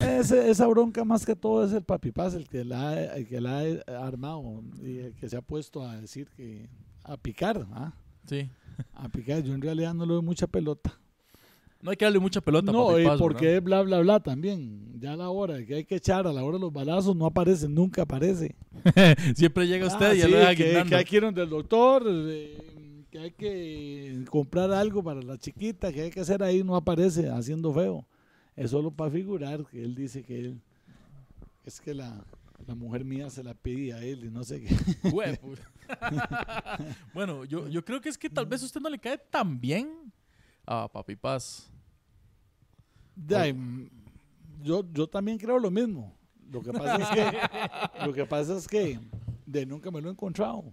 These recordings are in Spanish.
ese- esa bronca más que todo es el papipaz, el que la, ha- el que la ha armado y el que se ha puesto a decir que a picar, ¿ah? Sí. a picar. Yo en realidad no le doy mucha pelota. No hay que darle mucha pelota. No, papi, y paso, porque es bla, bla, bla también. Ya a la hora de que hay que echar, a la hora de los balazos, no aparece, nunca aparece. ¿verdad? Siempre llega usted Ah, y ya sí, lo deja que, que guindando. hay que ir donde el doctor, eh, que hay que comprar algo para la chiquita, que hay que hacer ahí, no aparece haciendo feo. Es solo para figurar que él dice que él, es que la, la mujer mía se la pedía a él y no sé qué. Güey, pu- bueno, yo, yo creo que es que tal vez usted no le cae tan bien a Papi Paz. De ahí, mm, yo, yo también creo lo mismo. Lo que pasa es que, lo que, pasa es que de nunca me lo he encontrado.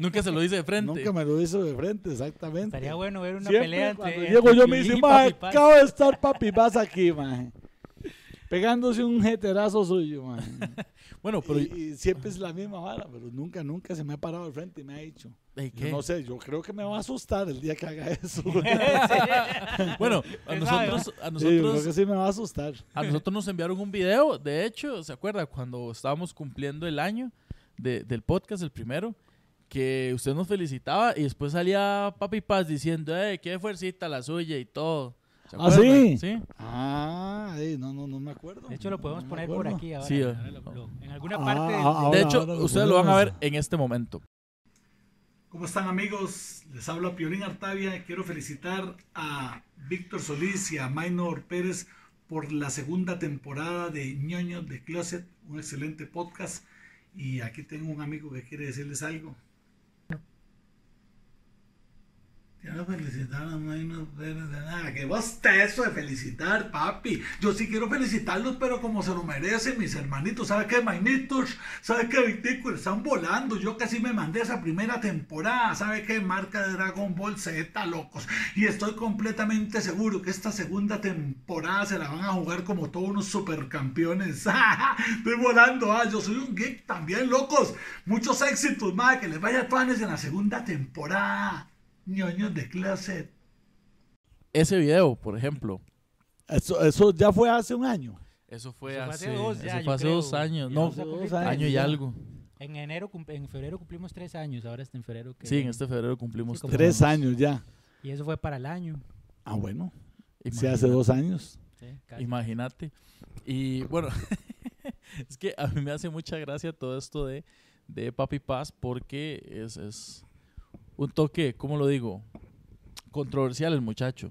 Nunca se lo dice de frente. Nunca me lo hizo de frente, exactamente. Estaría bueno ver una Siempre pelea cuando entre. llego entre yo me Piolín dice, y "Mae, Papi Paz". acaba de estar papi vas aquí, mae". Pegándose un jeterazo suyo, mae. Bueno, pero. y, y siempre es la misma vara, pero nunca, nunca se me ha parado al frente y me ha dicho. Ey, Yo ¿qué? no sé, yo creo que me va a asustar el día que haga eso. Bueno, a Él sabe, nosotros, a Sí, yo creo que nosotros, sí me va a asustar. a nosotros nos enviaron un video. De hecho, ¿se acuerda? Cuando estábamos cumpliendo el año de- del podcast, el primero, que usted nos felicitaba y después salía Papi Paz diciendo, ¡eh, qué fuercita la suya y todo! ¿Se ¿Ah, acuerda? sí? Sí. Ah, ey, no, no, no me acuerdo. De hecho, lo podemos No me poner por acuerdo. aquí ahora. Sí, ahora eh. lo- lo- en alguna Ah, parte. ah, del- De Ahora, hecho, ahora lo ustedes lo van a ver ponemos. en este momento. ¿Cómo están amigos? Les habla Piolín Artavia. Quiero felicitar a Víctor Solís y a Maynor Pérez por la segunda temporada de Ñoños de Closet, un excelente podcast. Y aquí tengo un amigo que quiere decirles algo. Quiero felicitar a Maynor Pérez. Ah, qué bostezo de felicitar, papi. Yo sí quiero felicitarlos, pero como se lo merecen mis hermanitos. ¿Sabe qué, Mainitos? ¿Sabe qué, Vitico? Están volando. Yo casi me mandé esa primera temporada. ¿Sabe qué? Marca de Dragon Ball Z, locos. Y estoy completamente seguro que esta segunda temporada se la van a jugar como todos unos supercampeones. Estoy volando. Ah, yo soy un geek también, locos. Muchos éxitos, madre. Que les vaya planes en la segunda temporada. Ñoños de clase. Ese video, por ejemplo, Eso, eso ya fue hace un año. eso fue Eso fue hace, hace dos ya, eso yo fue hace creo. dos años. Ya No, hace dos poquito. años año y ya. algo. En enero, cum- en febrero cumplimos tres años. Ahora está en febrero. Que Sí, en viene. este febrero cumplimos Sí, como Tres años. años ya. Y eso fue para el año. Ah, bueno. Sí, Imagínate. hace dos años. Sí, casi. Imagínate. Y bueno, es que a mí me hace mucha gracia todo esto de, de Papi Paz porque es, es un toque, ¿cómo lo digo? Controversial el muchacho,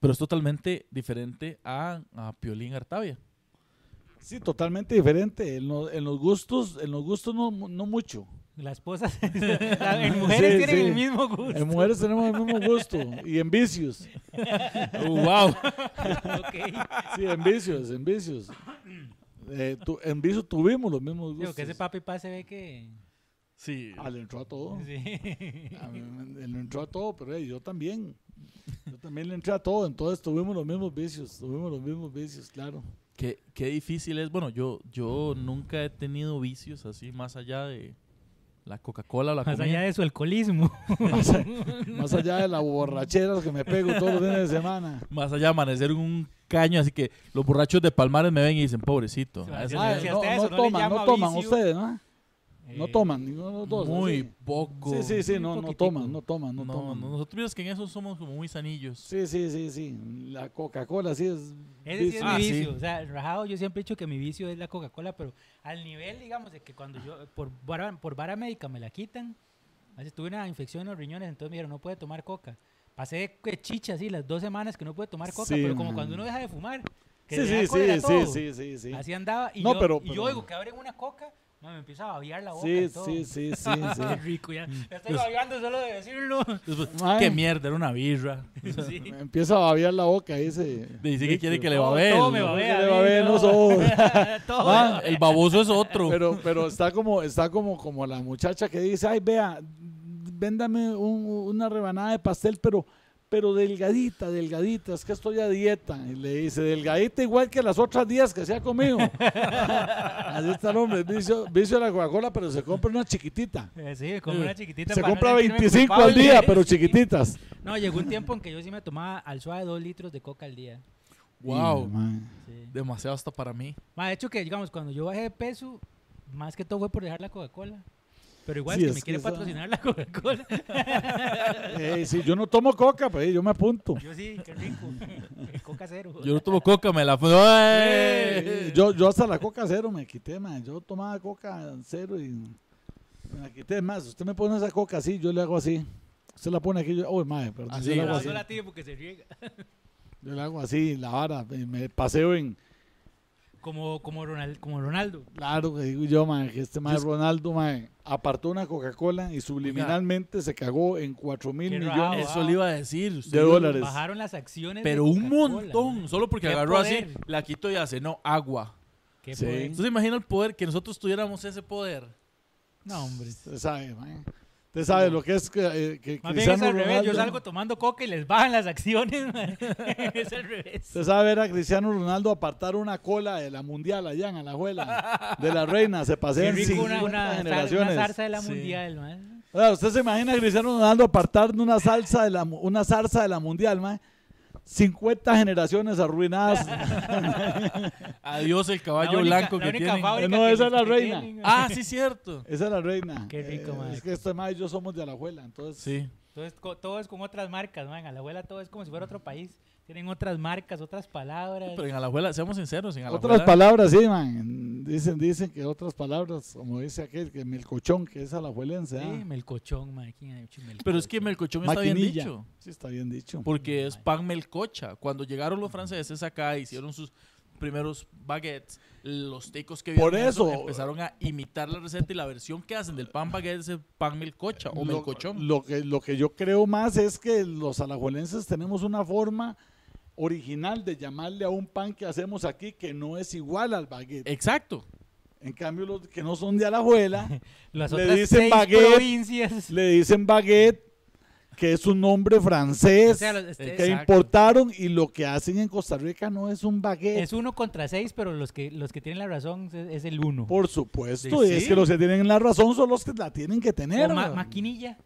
pero es totalmente diferente a, a Piolín Artavia. Sí, totalmente diferente. En, lo- en los gustos, en los gustos no, no mucho. Las esposas. la- en mujeres Sí, tienen sí. el mismo gusto. En mujeres tenemos el mismo gusto y en vicios. ¡Wow! Ok. Sí, en vicios, en vicios. Eh, tu- en vicios tuvimos los mismos Digo, gustos. que ese papi paz se ve que. Sí. Ah, le entró a todo. Sí. Ah, A mí me- le entró a todo, pero eh, yo también. Yo también le entré a todo. Entonces tuvimos los mismos vicios. Tuvimos los mismos vicios, claro. Qué, qué difícil es. Bueno, yo, yo nunca he tenido vicios así más allá de la Coca-Cola o la Más comida. allá de su alcoholismo. Más, a- más allá de las borracheras que me pego todos los fines de semana. Más allá de amanecer en un caño, así que los borrachos de Palmares me ven y dicen, pobrecito. Sí, A ese sí, Ah, nivel. sí, no, hasta no eso no le toman, no llama toman vicio. ustedes, ¿no? No Eh, toman, ninguno de los dos. Muy así. poco. Sí, sí, sí, Un no, no poquitico. toman, no toman, no, No, toman. no, nosotros es que en eso somos como muy sanillos. Sí, sí, sí, sí. La Coca-Cola sí es. Ese sí es vicio. Ah, mi sí. vicio. O sea, rajado, yo siempre he dicho que mi vicio es la Coca-Cola, pero al nivel, digamos, de que cuando yo, por vara, por vara médica me la quitan, a veces tuve una infección en los riñones, entonces me dijeron, no puede tomar coca. Pasé que chicha, así, las dos semanas que no puede tomar coca, Sí, pero como man. cuando uno deja de fumar, que Sí, le da sí, cólera sí, todo. sí, sí, sí, sí. Así andaba, y, No, yo, pero- y yo pero- oigo que abren una coca, no, me empieza a babear la boca Sí, y todo. sí, Mm. sí, sí, sí. Qué rico, ya. Me estoy babeando solo de decirlo. Después, Ay. pues, Qué mierda, era una birra. Sí. Me Empieza a babear la boca, dice. Dice que quiere que le Todo- babee. todo el- me que babea. le a mí, babeen los ojos. todo me Ah, el baboso es otro. Pero, pero está como, está como, como la muchacha que dice, ay, vea, véndame un- una rebanada de pastel, pero, pero delgadita, delgadita, es que estoy a dieta. Y le dice, delgadita igual que las otras días que se ha comido. Así está el hombre, vicio, vicio de la Coca-Cola, pero se compra una chiquitita. Eh, Sí, como Eh, una chiquitita. Se para no compra sentirme 25 al culpable. día, pero chiquititas. No, llegó un tiempo en que yo sí me tomaba al suave dos litros de coca al día. Wow, mae. Sí. demasiado hasta para mí. Ma, de hecho que, digamos, cuando yo bajé de peso, más que todo fue por dejar la Coca-Cola. Pero igual, Sí, si es me que quiere esa- patrocinar la Coca-Cola, Eh, sí, yo no tomo coca, pues yo me apunto. yo sí, qué rico. Coca cero. Yo no tomo coca, me la... ¡Ey! Eh, Yo, yo hasta la coca cero me quité, mae. Yo tomaba coca cero y me la quité. Es más, usted me pone esa coca así, yo le hago así. Usted la pone aquí, yo, uy, mae, perdón, Así, yo le hago No, así. no la tire porque se riega. Yo le hago así, la vara, me, me paseo en. Como, como, Ronald, como Ronaldo. Claro que digo yo, mae, que este mae Yo es- Ronaldo, mae, apartó una Coca-Cola y subliminalmente se cagó en 4 mil Qué millones. raro. Eso le iba a decir. usted De lo- dólares. Bajaron las acciones de Pero un Coca-Cola, montón. ma. Solo porque Qué agarró así, poder. la quito y hace, no, agua. Qué Sí. poder. ¿Usted se imagina el poder que nosotros tuviéramos ese poder? No, hombre. Usted sabe, mae. Usted sabe lo que es que, eh, que Más bien es al Cristiano revés. Yo Ronaldo- salgo tomando coca y les bajan las acciones. ma. es al revés. Usted sabe ver a Cristiano Ronaldo apartar una cola de la mundial allá en Alajuela, de la reina, se Qué pasean rico una, 50 una, zar- una generaciones. zarza de la Sí. mundial, man. O sea, usted se imagina a Cristiano Ronaldo apartar de una salsa de la mu- una zarza de la mundial, mae. 50 generaciones arruinadas. Adiós el caballo única- blanco la que única tienen. fábrica Eh, No, que esa es la que reina. tienen, ma. Ah, sí, cierto. Esa es la reina. Qué rico, mae. Es que este mae y yo somos de Alajuela, entonces Sí. Entonces, co- todo es con otras marcas, man. A la abuela todo es como si fuera otro país. Tienen otras marcas, otras palabras. Pero en Alajuela, seamos sinceros, en Alajuela... otras palabras, sí, man. Dicen, dicen que otras palabras, como dice aquel, que melcochón, que es alajuelense. Sí, ah. melcochón, man. ¿Quién ha dicho melcochón? Pero es que Melcochón está bien Maquinilla. dicho. Sí, está bien dicho. Porque es pan melcocha. Cuando llegaron los franceses acá, hicieron sus primeros baguettes, los ticos que Por vieron eso, eso- empezaron a imitar la receta y la versión que hacen del pan baguette es el pan melcocha o Lo- melcochón. Lo que, lo que yo creo más es que los alajuelenses tenemos una forma original de llamarle a un pan que hacemos aquí que no es igual al Eh. baguette. Exacto. En cambio, los que no son de Alajuela Las le otras dicen seis baguette, provincias. le dicen baguette, que es un nombre francés O sea, los- este- que Exacto. importaron y lo que hacen en Costa Rica no es un baguette. es uno contra seis, pero los que, los que tienen la razón es, es el uno. Por supuesto, Sí, y es sí. que los que tienen la razón son los que la tienen que tener. O ma- weón. maquinilla,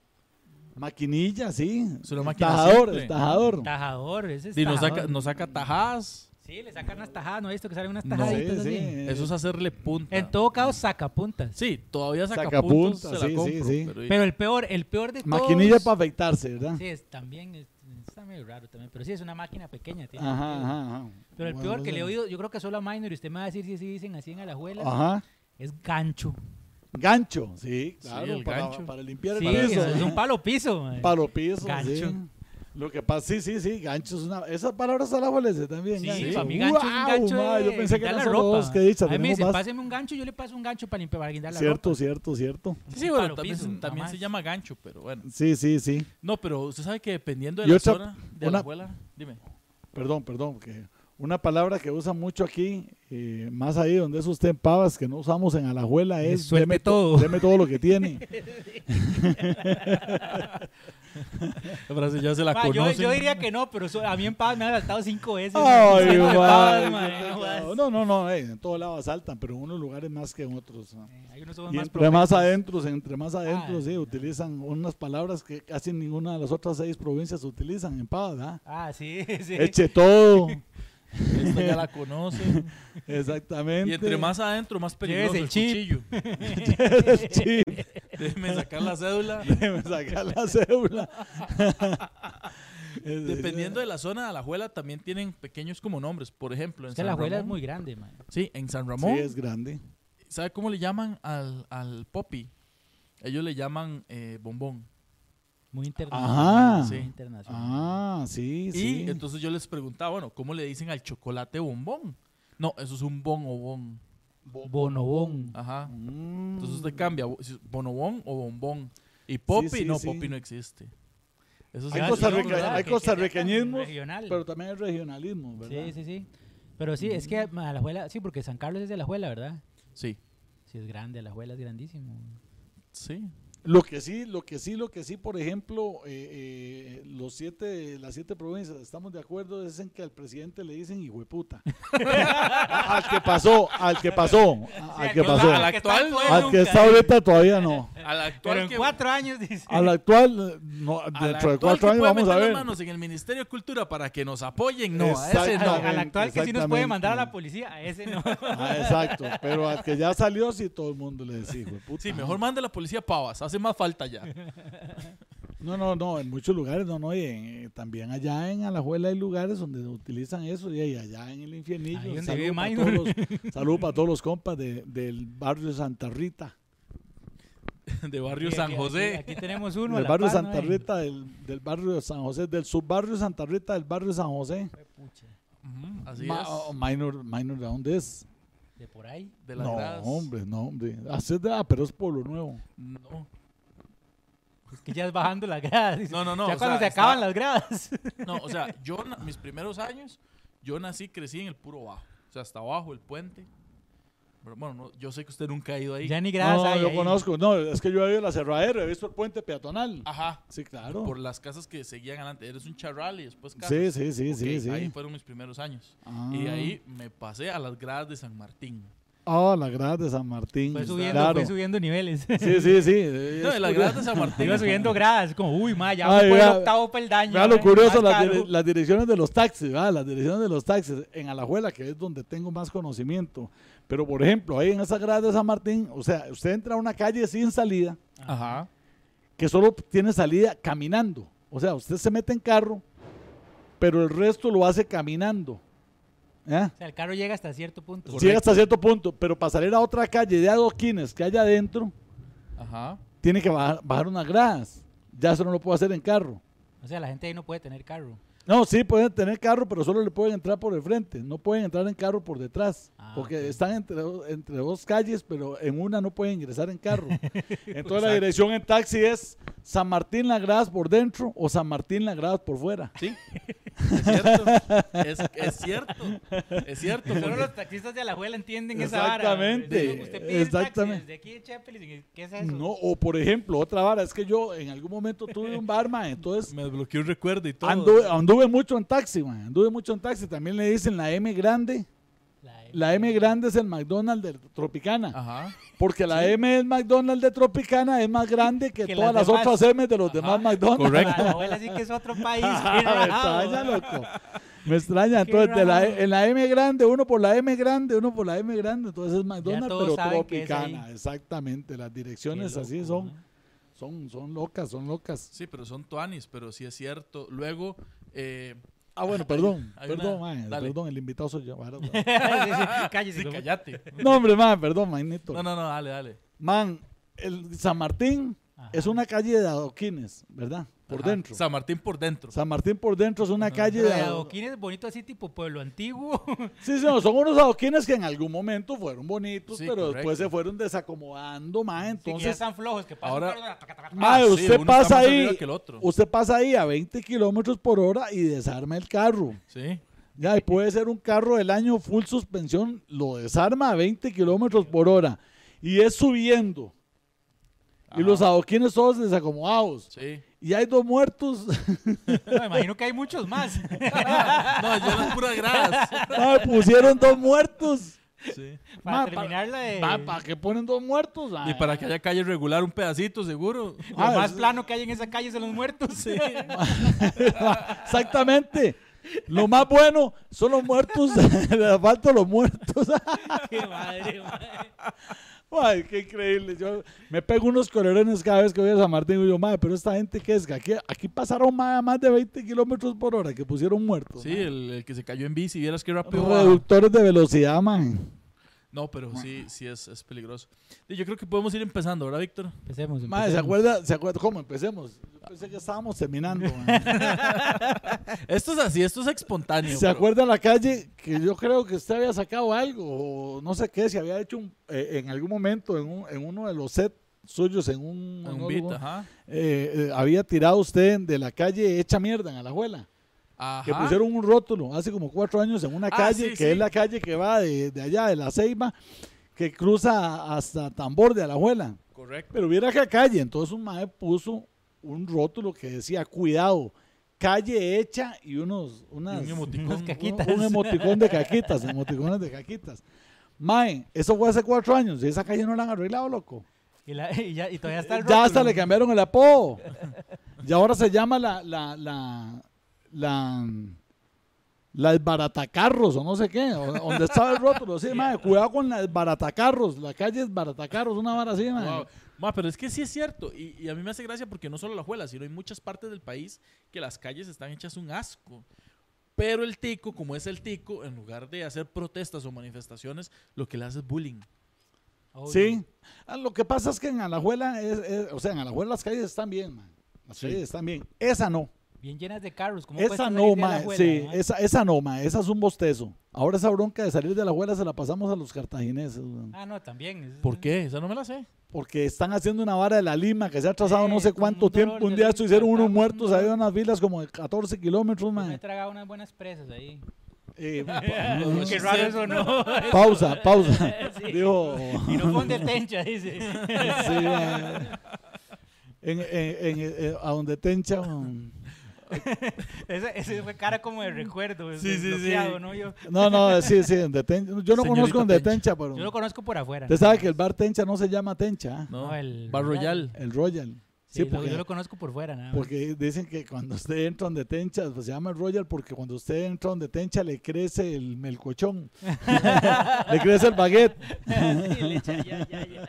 Maquinilla, sí. Es una El máquina tajador, simple. el tajador. tajador, ese es Y nos tajador. saca, nos saca tajadas. Sí, le sacan unas tajadas, ¿no he visto que salen unas No. tajaditas Sí, así? sí. Eso es hacerle punta. En todo caso, sacapuntas. sí, todavía saca, Sacapuntas, puntos, se sí, la compro. sí, sí. Pero, Pero el peor, el peor de Maquinilla todos... para afeitarse, ¿verdad? Sí, es, también es- está medio raro también, pero sí es una máquina pequeña. Tiene Ajá, sentido. ajá, ajá. Pero el Bueno, peor que eso- le he oído, yo creo que solo a Minor, y usted me va a decir si sí dicen así en Alajuela, Ajá. es gancho. Gancho, sí, claro, el para, gancho. para limpiar Sí, el piso. eso es un palo piso. mae. Palo piso, Gancho. sí. Lo que pasa, sí, sí, sí, gancho es una. Esa palabra es alajuelense también. Sí, gancho. para mí gancho es un Guau, gancho ma, de Yo pensé que guindar eran la solo ropa. dos que he dicho. a mí me tenemos dicen, más. páseme un gancho, yo le paso un gancho para limpiar, para guindar la Cierto, ropa. cierto, cierto. sí, sí, bueno, Palo también, piso, se- también jamás. se llama gancho, pero bueno. Sí, sí, sí. No, pero usted sabe que dependiendo de Y la otra- zona de una- la abuela, dime. Perdón, perdón. Que una palabra que usa mucho aquí, eh, más ahí donde es usted en Pavas, que no usamos en Alajuela, Le es. suelte deme to- todo. Deme todo lo que tiene. La frase ya se la Ma, yo, conocen. yo diría que no, pero so- a mí en Paz me han asaltado cinco veces. Ay, mae. En Paz, madre, mae, qué no pecado. jodas. no, no, no, eh, en todos lados asaltan, pero en unos lugares más que en otros. ¿no? Eh, hay unos somos Y más entre más propensos. adentro, entre más adentro, Ah, sí, utilizan unas palabras que casi ninguna de las otras seis provincias utilizan en Pavas, ¿verdad? Ah, sí, sí. Eche todo, Esta ya la conocen. exactamente. Y entre más adentro, más peligroso Llévese el, el chip. cuchillo. El chip, Déjeme sacar la cédula. déjeme sacar la cédula. Es- Dependiendo de la zona de Alajuela, también tienen pequeños como nombres. Por ejemplo, en Es que San la abuela es Ramón- muy grande, man. Sí, en San Sí, Ramón. es grande. ¿Sabe cómo le llaman al, al popi? Ellos le llaman eh, bombón. Ajá. Muy internacional. muy Sí. internacional. Ah, sí, sí. Y entonces yo les preguntaba, bueno, ¿cómo le dicen al chocolate bombón? No, eso es un bonobón. Bonobón. Ajá. Mm. Entonces usted cambia bo- si- bonobón o bombón. Y popi, sí, no, sí. popi no existe. Eso Hay es- Costa no, Rica- ¿verdad? hay Que- costarricañismos, Regional. Pero también hay regionalismo, ¿verdad? Sí, sí, sí. Pero sí, es que ma, Alajuela, sí, porque San Carlos es de Alajuela, ¿verdad? Sí, Sí, es grande, Alajuela es grandísimo. sí. Lo que sí, lo que sí, lo que sí, por ejemplo, eh, eh, los siete, las siete provincias, estamos de acuerdo, es en que al presidente le dicen hijo de puta. A- al que pasó, al que pasó, a- al que que pasó. la- al actual, Al que está ahorita todavía no. Al ¿eh? Pero actual en que- cuatro años, dice. Al actual, eh, no, al dentro de actual cuatro que años puede vamos a meter las ver. manos en el Ministerio de Cultura para que nos apoyen, no, a ese Al, no. Exactamente. al actual que sí nos puede mandar a la exactamente. policía, a ese no. Ah, exacto, pero al que ya salió sí todo el mundo le decía, "Hijo de puta". Sí, mejor mande a la policía pavas, hace más falta ya. No, no, no, en muchos lugares, no, no, y en- eh, también allá en Alajuela hay lugares donde utilizan eso, y ahí allá en el Ahí infiernillo. donde Salud vive para, Minor. todos los, salud para todos los compas de- del barrio Santa Rita. De barrio Aquí- San aquí- José. Aquí, tenemos uno. a Del la barrio par, Santa mae. Rita, del, del barrio San José, del subbarrio Santa Rita, del barrio San José. Pucha, Ujú, Así Ma- es. oh, minor, minor, ¿de dónde es? de por ahí. De las No, gradas. hombre, no, hombre. Así es de- ah, pero es Pueblo Nuevo. No. Es que ya es bajando las gradas. dice. No, no, no, Ya o cuando sea, se está- acaban las gradas. No, o sea, yo na- mis primeros años, yo nací, crecí en el puro bajo. O sea, hasta abajo, el puente. Pero bueno, no, yo sé que usted nunca ha ido ahí. Ya ni gradas No, hay yo ahí. conozco. No, es que yo he ido a la Cerradera, he visto el puente peatonal. Ajá. Sí, claro. Ah, Por las casas que seguían adelante. Eres un charral y después casas. Sí, sí, sí, Ok, sí, Ah. sí. Ahí fueron mis primeros años. Y de ahí me pasé a las gradas de San Martín. Oh, las gradas de San Martín. Fue subiendo, claro. fue subiendo niveles. Sí, sí, sí. eh, No, es de las gradas de San Martín. Iba subiendo gradas, como, uy, ma, ya Ay, fue el vea- octavo peldaño. Vea lo mae, curioso, más las, dire- caro. las direcciones de los taxis, ¿verdad? las direcciones de los taxis en Alajuela, que es donde tengo más conocimiento. Pero, por ejemplo, ahí en esa grada de San Martín, o sea, usted entra a una calle sin salida, Ajá. que solo tiene salida caminando. O sea, usted se mete en carro, pero el resto lo hace caminando. ¿Eh? O sea, el carro llega hasta cierto punto. Llega hasta cierto punto, pero para salir a otra calle de adoquines que hay adentro, Ajá. tiene que bajar, bajar unas gradas. Ya eso no lo puede hacer en carro. O sea, la gente ahí no puede tener carro. No, sí, pueden tener carro, pero solo le pueden entrar por el frente. No pueden entrar en carro por detrás. Ah, porque ok. están entre, do- entre dos calles, pero en una no pueden ingresar en carro. Entonces la Exacto. dirección en taxi es San Martín Las Gradas por dentro o San Martín Las Gradas por fuera. Sí. Es cierto. Es, es cierto. Es cierto. Solo porque- los taxistas de Alajuela entienden esa vara. mae. Exactamente, Usted pide el taxi exactamente. desde aquí de Chapel y dice, ¿qué es eso? No, o por ejemplo, otra vara, es que yo en algún momento tuve un bar, ma, entonces Me desbloqueó un recuerdo y todo. anduve, anduve mucho en taxi, ma, anduve mucho en taxi. También le dicen la M grande. La, La M grande es el McDonald's de Tropicana. Ajá. Porque la M del McDonald's de Tropicana es más grande que, Que todas las las demás. otras M de los Ajá, demás McDonald's. Correcto. Alajuela sí que es otro país. Ah, qué me rajado, extraña, mae. loco. Me extraña. Qué Entonces, de la- raro. en la M grande, uno por la M grande, uno por la M grande. Entonces es McDonald's, todos pero saben que es Tropicana. ahí. Exactamente. Las direcciones Qué así loco, son, mae. son, son locas, son locas. Sí, pero son tuanis, pero sí es cierto. Luego, eh, Ah, bueno, perdón. hay perdón, una- mae, dale. perdón, el invitado soy yo. ahora- Sí, sí, cállese, sí, como- cállate. No, hombre, man, perdón, manito. No, no, no, dale, dale. Man, el San Martín Ajá. es una calle de adoquines, ¿verdad? Por Ajá. dentro. San Martín por dentro. San Martín por dentro es una calle Pero de de ado- Ah, adoquines bonito así, tipo pueblo antiguo. Sí, sí, no, son unos adoquines que en algún momento fueron bonitos, Sí, pero después correcto. se fueron desacomodando, más Entonces, ya entonces, están flojos, que pasan ahora- por la- taca, taca, taca. mae, Ah, sí, usted uno está pasa más arriba ahí, que el otro. usted pasa ahí a 20 kilómetros por hora y desarma el carro. Sí. Ya, y puede ser un carro del año full suspensión, lo desarma a 20 kilómetros por hora y es subiendo. Y Ajá. los adoquines todos desacomodados. Sí. Y hay dos muertos. No, me imagino que hay muchos más. No, yo las puras gradas. mae, Ah, pusieron dos muertos. Sí. Ma, Para pa- terminarla de... Ma, ¿Para qué ponen dos muertos? Ah, Y Ay, para que haya calle regular un pedacito, seguro. Lo Ah, más es- plano que hay en esa calle son los muertos. Exactamente. Lo más bueno son los muertos, el asfalto de los muertos. Qué madre, madre. Ay, qué increíble. Yo me pego unos colorones cada vez que voy a San Martín y digo, madre, pero esta gente que es que aquí, aquí pasaron ma- más, de 20 kilómetros por hora que pusieron muertos. Sí, el, el que se cayó en bici, vieras qué rápido. va. Reductores de velocidad, man. No, pero sí, sí es, es peligroso. Y Yo creo que podemos ir empezando, ¿verdad, Víctor? Empecemos, Madre, ¿se acuerda, ¿se acuerda cómo empecemos? Yo pensé que estábamos terminando. man. Esto es así, esto es espontáneo. ¿Se pero- acuerda la calle que yo creo que usted había sacado algo o no sé qué, se había hecho un- eh, en algún momento en, un- en uno de los sets suyos, en un, En un monólogo, beat, ajá. eh, eh, había tirado usted de la calle hecha mierda en Alajuela, Ajá. que pusieron un rótulo hace como cuatro años en una Ah, calle sí, que sí. es la calle que va de, de allá, de la Ceiba, que cruza hasta Tambor de Alajuela. Correcto. Pero hubiera que calle, entonces un mae puso un rótulo que decía, cuidado, calle hecha y unos, Y unas, un emoticón. caquitos. un- Caquitas. Un, emoticón de caquitas, emoticones de caquitas. Mae, eso fue hace cuatro años y esa calle no la han arreglado, loco. Y, la- y ya- y todavía está el Ya hasta rótulo. le cambiaron el apodo. Y ahora se llama la, la, la, la, la desbaratacarros o no sé qué. o- Donde estaba el rótulo. Sí, madre, cuidado con la desbaratacarros. La calle es baratacarros, una vara así, madre. Wow. Ma, pero es que sí es cierto. Y, y a mí me hace gracia porque no solo la juela, sino hay muchas partes del país que las calles están hechas un asco. Pero el tico, como es el tico, en lugar de hacer protestas o manifestaciones, lo que le hace es bullying. Obvio. Sí. Ah, Lo que pasa es que en Alajuela, es, es- o sea, en Alajuela las calles están bien, man. Las Sí. calles están bien. Esa no. Bien llenas de carros. ¿Cómo cuesta Esa no, salir de ma. Alajuela, Sí, ah? esa, esa no, ma. Esa es un bostezo. Ahora esa bronca de salir de Alajuela se la pasamos a los cartagineses, weón. Ah, no, también. es- ¿Por qué? Esa no me la sé. Porque están haciendo una vara de la Lima que se ha atrasado Eh, no sé con un cuánto dolor tiempo. Un de día lima, esto hicieron unos estamos muertos, un dolor. había unas filas como de 14 kilómetros, Yo Me he ma. tragado unas buenas presas ahí. Eh, No, Qué sí, raro sí. eso, ¿no? pausa, pausa. Sí. Dijo. Y no fue un detencha, dice. Sí, ma. En- en- en- en- a donde Tencha. um, Ese, ese fue cara como de recuerdo. Sí, sí, sí. desbloqueado, ¿no? Yo, No, no, sí, sí, en Deten- Yo no Señorita conozco en Tencha. Detencha, pero. yo lo conozco por afuera. Usted ¿no? sabe que el bar Tencha no se llama Tencha, ¿ah? No, No, el Bar Royal. Royal. el Royal. Sí, Sí, lo- porque, yo lo conozco por fuera, nada más. porque dicen que cuando usted entra donde Tencha, pues, se llama el Royal porque cuando usted entra donde Tencha le crece el melcochón, le crece el baguette, Sí, le echa- ya, ya, ya, ya.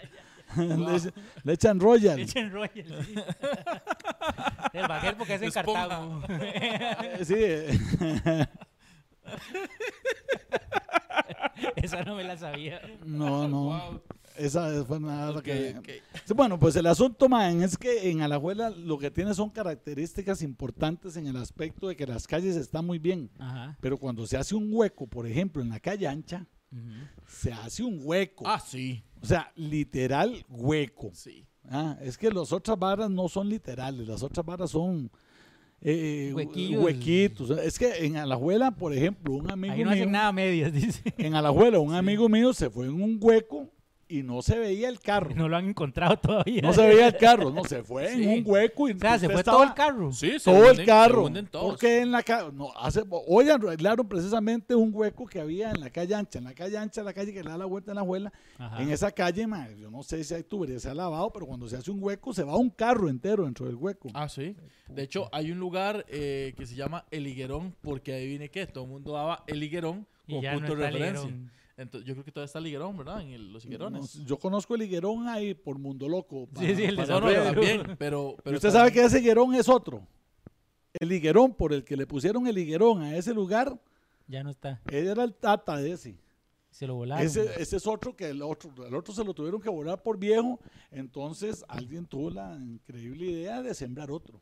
le, echa- le echan Royal. Le echan Royal. sí. El baguette porque es en Esponja. Cartago. Eh, Sí, eh, Esa no me la sabía. no, no. Wow. Esa fue una Ok, que... ok. Sí, Bueno, pues el asunto, man, es que en Alajuela lo que tiene son características importantes en el aspecto de que las calles están muy bien. Ajá. Pero cuando se hace un hueco, por ejemplo, en la calle ancha, Ujú. se hace un hueco. Ah, sí. O sea, literal hueco. Sí. Ah, es que las otras barras no son literales, las otras barras son eh, eh, Huequillos. huequitos. Es que en Alajuela, por ejemplo, un amigo Ahí no mío, hacen nada a medias, dice. en Alajuela, un amigo mío se fue en un hueco y no se veía el carro. No, No lo han encontrado todavía. se veía el carro, no, se fue en Sí. un hueco y o sea, se usted fue estaba- todo el carro. Sí, se todo el hunden- se carro. hunden todos. Porque en la calle, no, hace, hoy arreglaron precisamente un hueco que había en la calle ancha, en la calle ancha, la calle que le da la vuelta a la abuela. Ajá. En esa calle, ma, yo no sé si hay tubería, se ha lavado, pero cuando se hace un hueco, se va un carro entero dentro del hueco. Ah, sí. De hecho, hay un lugar eh, que se llama El Higuerón, porque ahí viene que todo el mundo daba El Higuerón Y como ya punto no de está el referencia. Higuerón. Entonces, yo creo que todavía está el Higuerón, ¿verdad? En el- los Higuerones. Ah, No, yo conozco el higuerón ahí por Mundo Loco. para- Sí, sí, el de para No, no, ver. también, pero... Pero pero usted sabe que ese higuerón es otro. El higuerón por el que le pusieron el higuerón a ese lugar, Ya no está. él era el tata de ese. Se lo volaron. Ese, eh, ese es otro que el otro, el otro se lo tuvieron que volar por viejo. Entonces alguien tuvo la increíble idea de sembrar otro.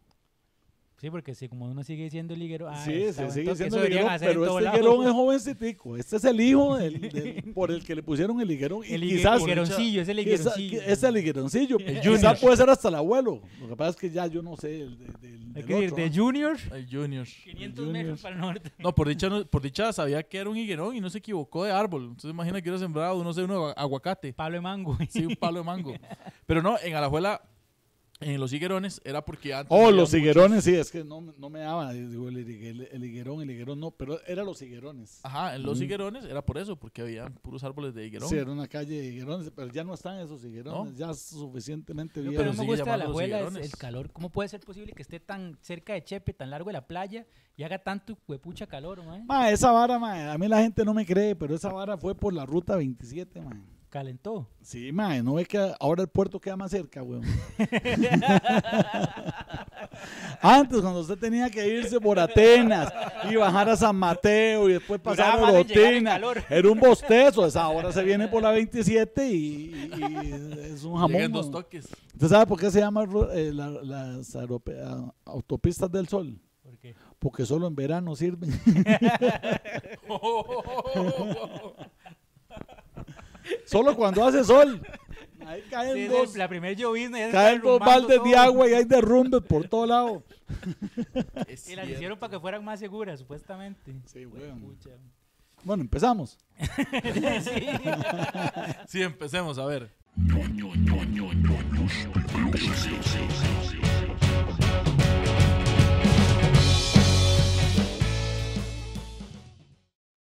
Sí, porque si como uno sigue siendo liguero. Ah, sí, está, se sigue entonces siendo eso el deberían higuerón, hacer en pero todo este lado. higuerón es jovencitico. Este es el hijo del, del- por el que le pusieron el higuerón. Y El higue- quizás, higueroncillo, es el quizá- higueroncillo. es el higueroncillo. junior. Quizás puede ser hasta el abuelo. Lo que pasa es que ya yo no sé el, de- del, Hay del que ir otro, de ¿ah? Junior. El Junior. 500 metros para el norte. No, por dicha, no- por dicha sabía que era un higuerón y no se equivocó de árbol. Entonces imagina que hubiera sembrado, no sé, un agua- aguacate. Pablo de Mango. Sí, un palo de mango. Pero no, en Alajuela, en los higuerones, era porque antes... Oh, había los muchos- higuerones, sí, es que no, no me daba. Digo, el, higue- el higuerón, el higuerón, no, pero eran los higuerones. Ah, Ajá, en los Mm. higuerones era por eso, porque había puros árboles de higuerón. Sí, era una calle de higuerones, pero ya no están esos higuerones, ¿No? ya suficientemente Lo bien. que no pero me sigue gusta de la llamando los abuela es higuerones. el calor. ¿Cómo puede ser posible que esté tan cerca de Chepe, tan largo de la playa y haga tanto huepucha calor, mae? Ma, esa vara, ma, a mí la gente no me cree, pero esa vara fue por la ruta 27, ma. Calentó. Sí, ma, no es que ahora el puerto queda más cerca, weón. Antes, cuando usted tenía que irse por Atenas y bajar a San Mateo y después pasar Duraba por más en llegar el Otina, calor. era un bostezo. Esa ahora se viene por la 27 y, y es un jamón. Llegan dos weón. toques. ¿Usted sabe por qué se llaman ru- eh, la- las aerope- a- autopistas del sol? ¿Por qué? Porque solo en verano sirven. Oh, solo cuando hace sol. Ahí Sí, caen es dos, el- la primera llovizna. ya se está caen dos derrumbando baldes de todo. agua y hay derrumbes por todo lado. oh. Es Y las cierto. hicieron para que fueran más seguras, supuestamente. Sí, weón. Huepucha. Bueno, empezamos. Sí. Sí, empecemos, a ver.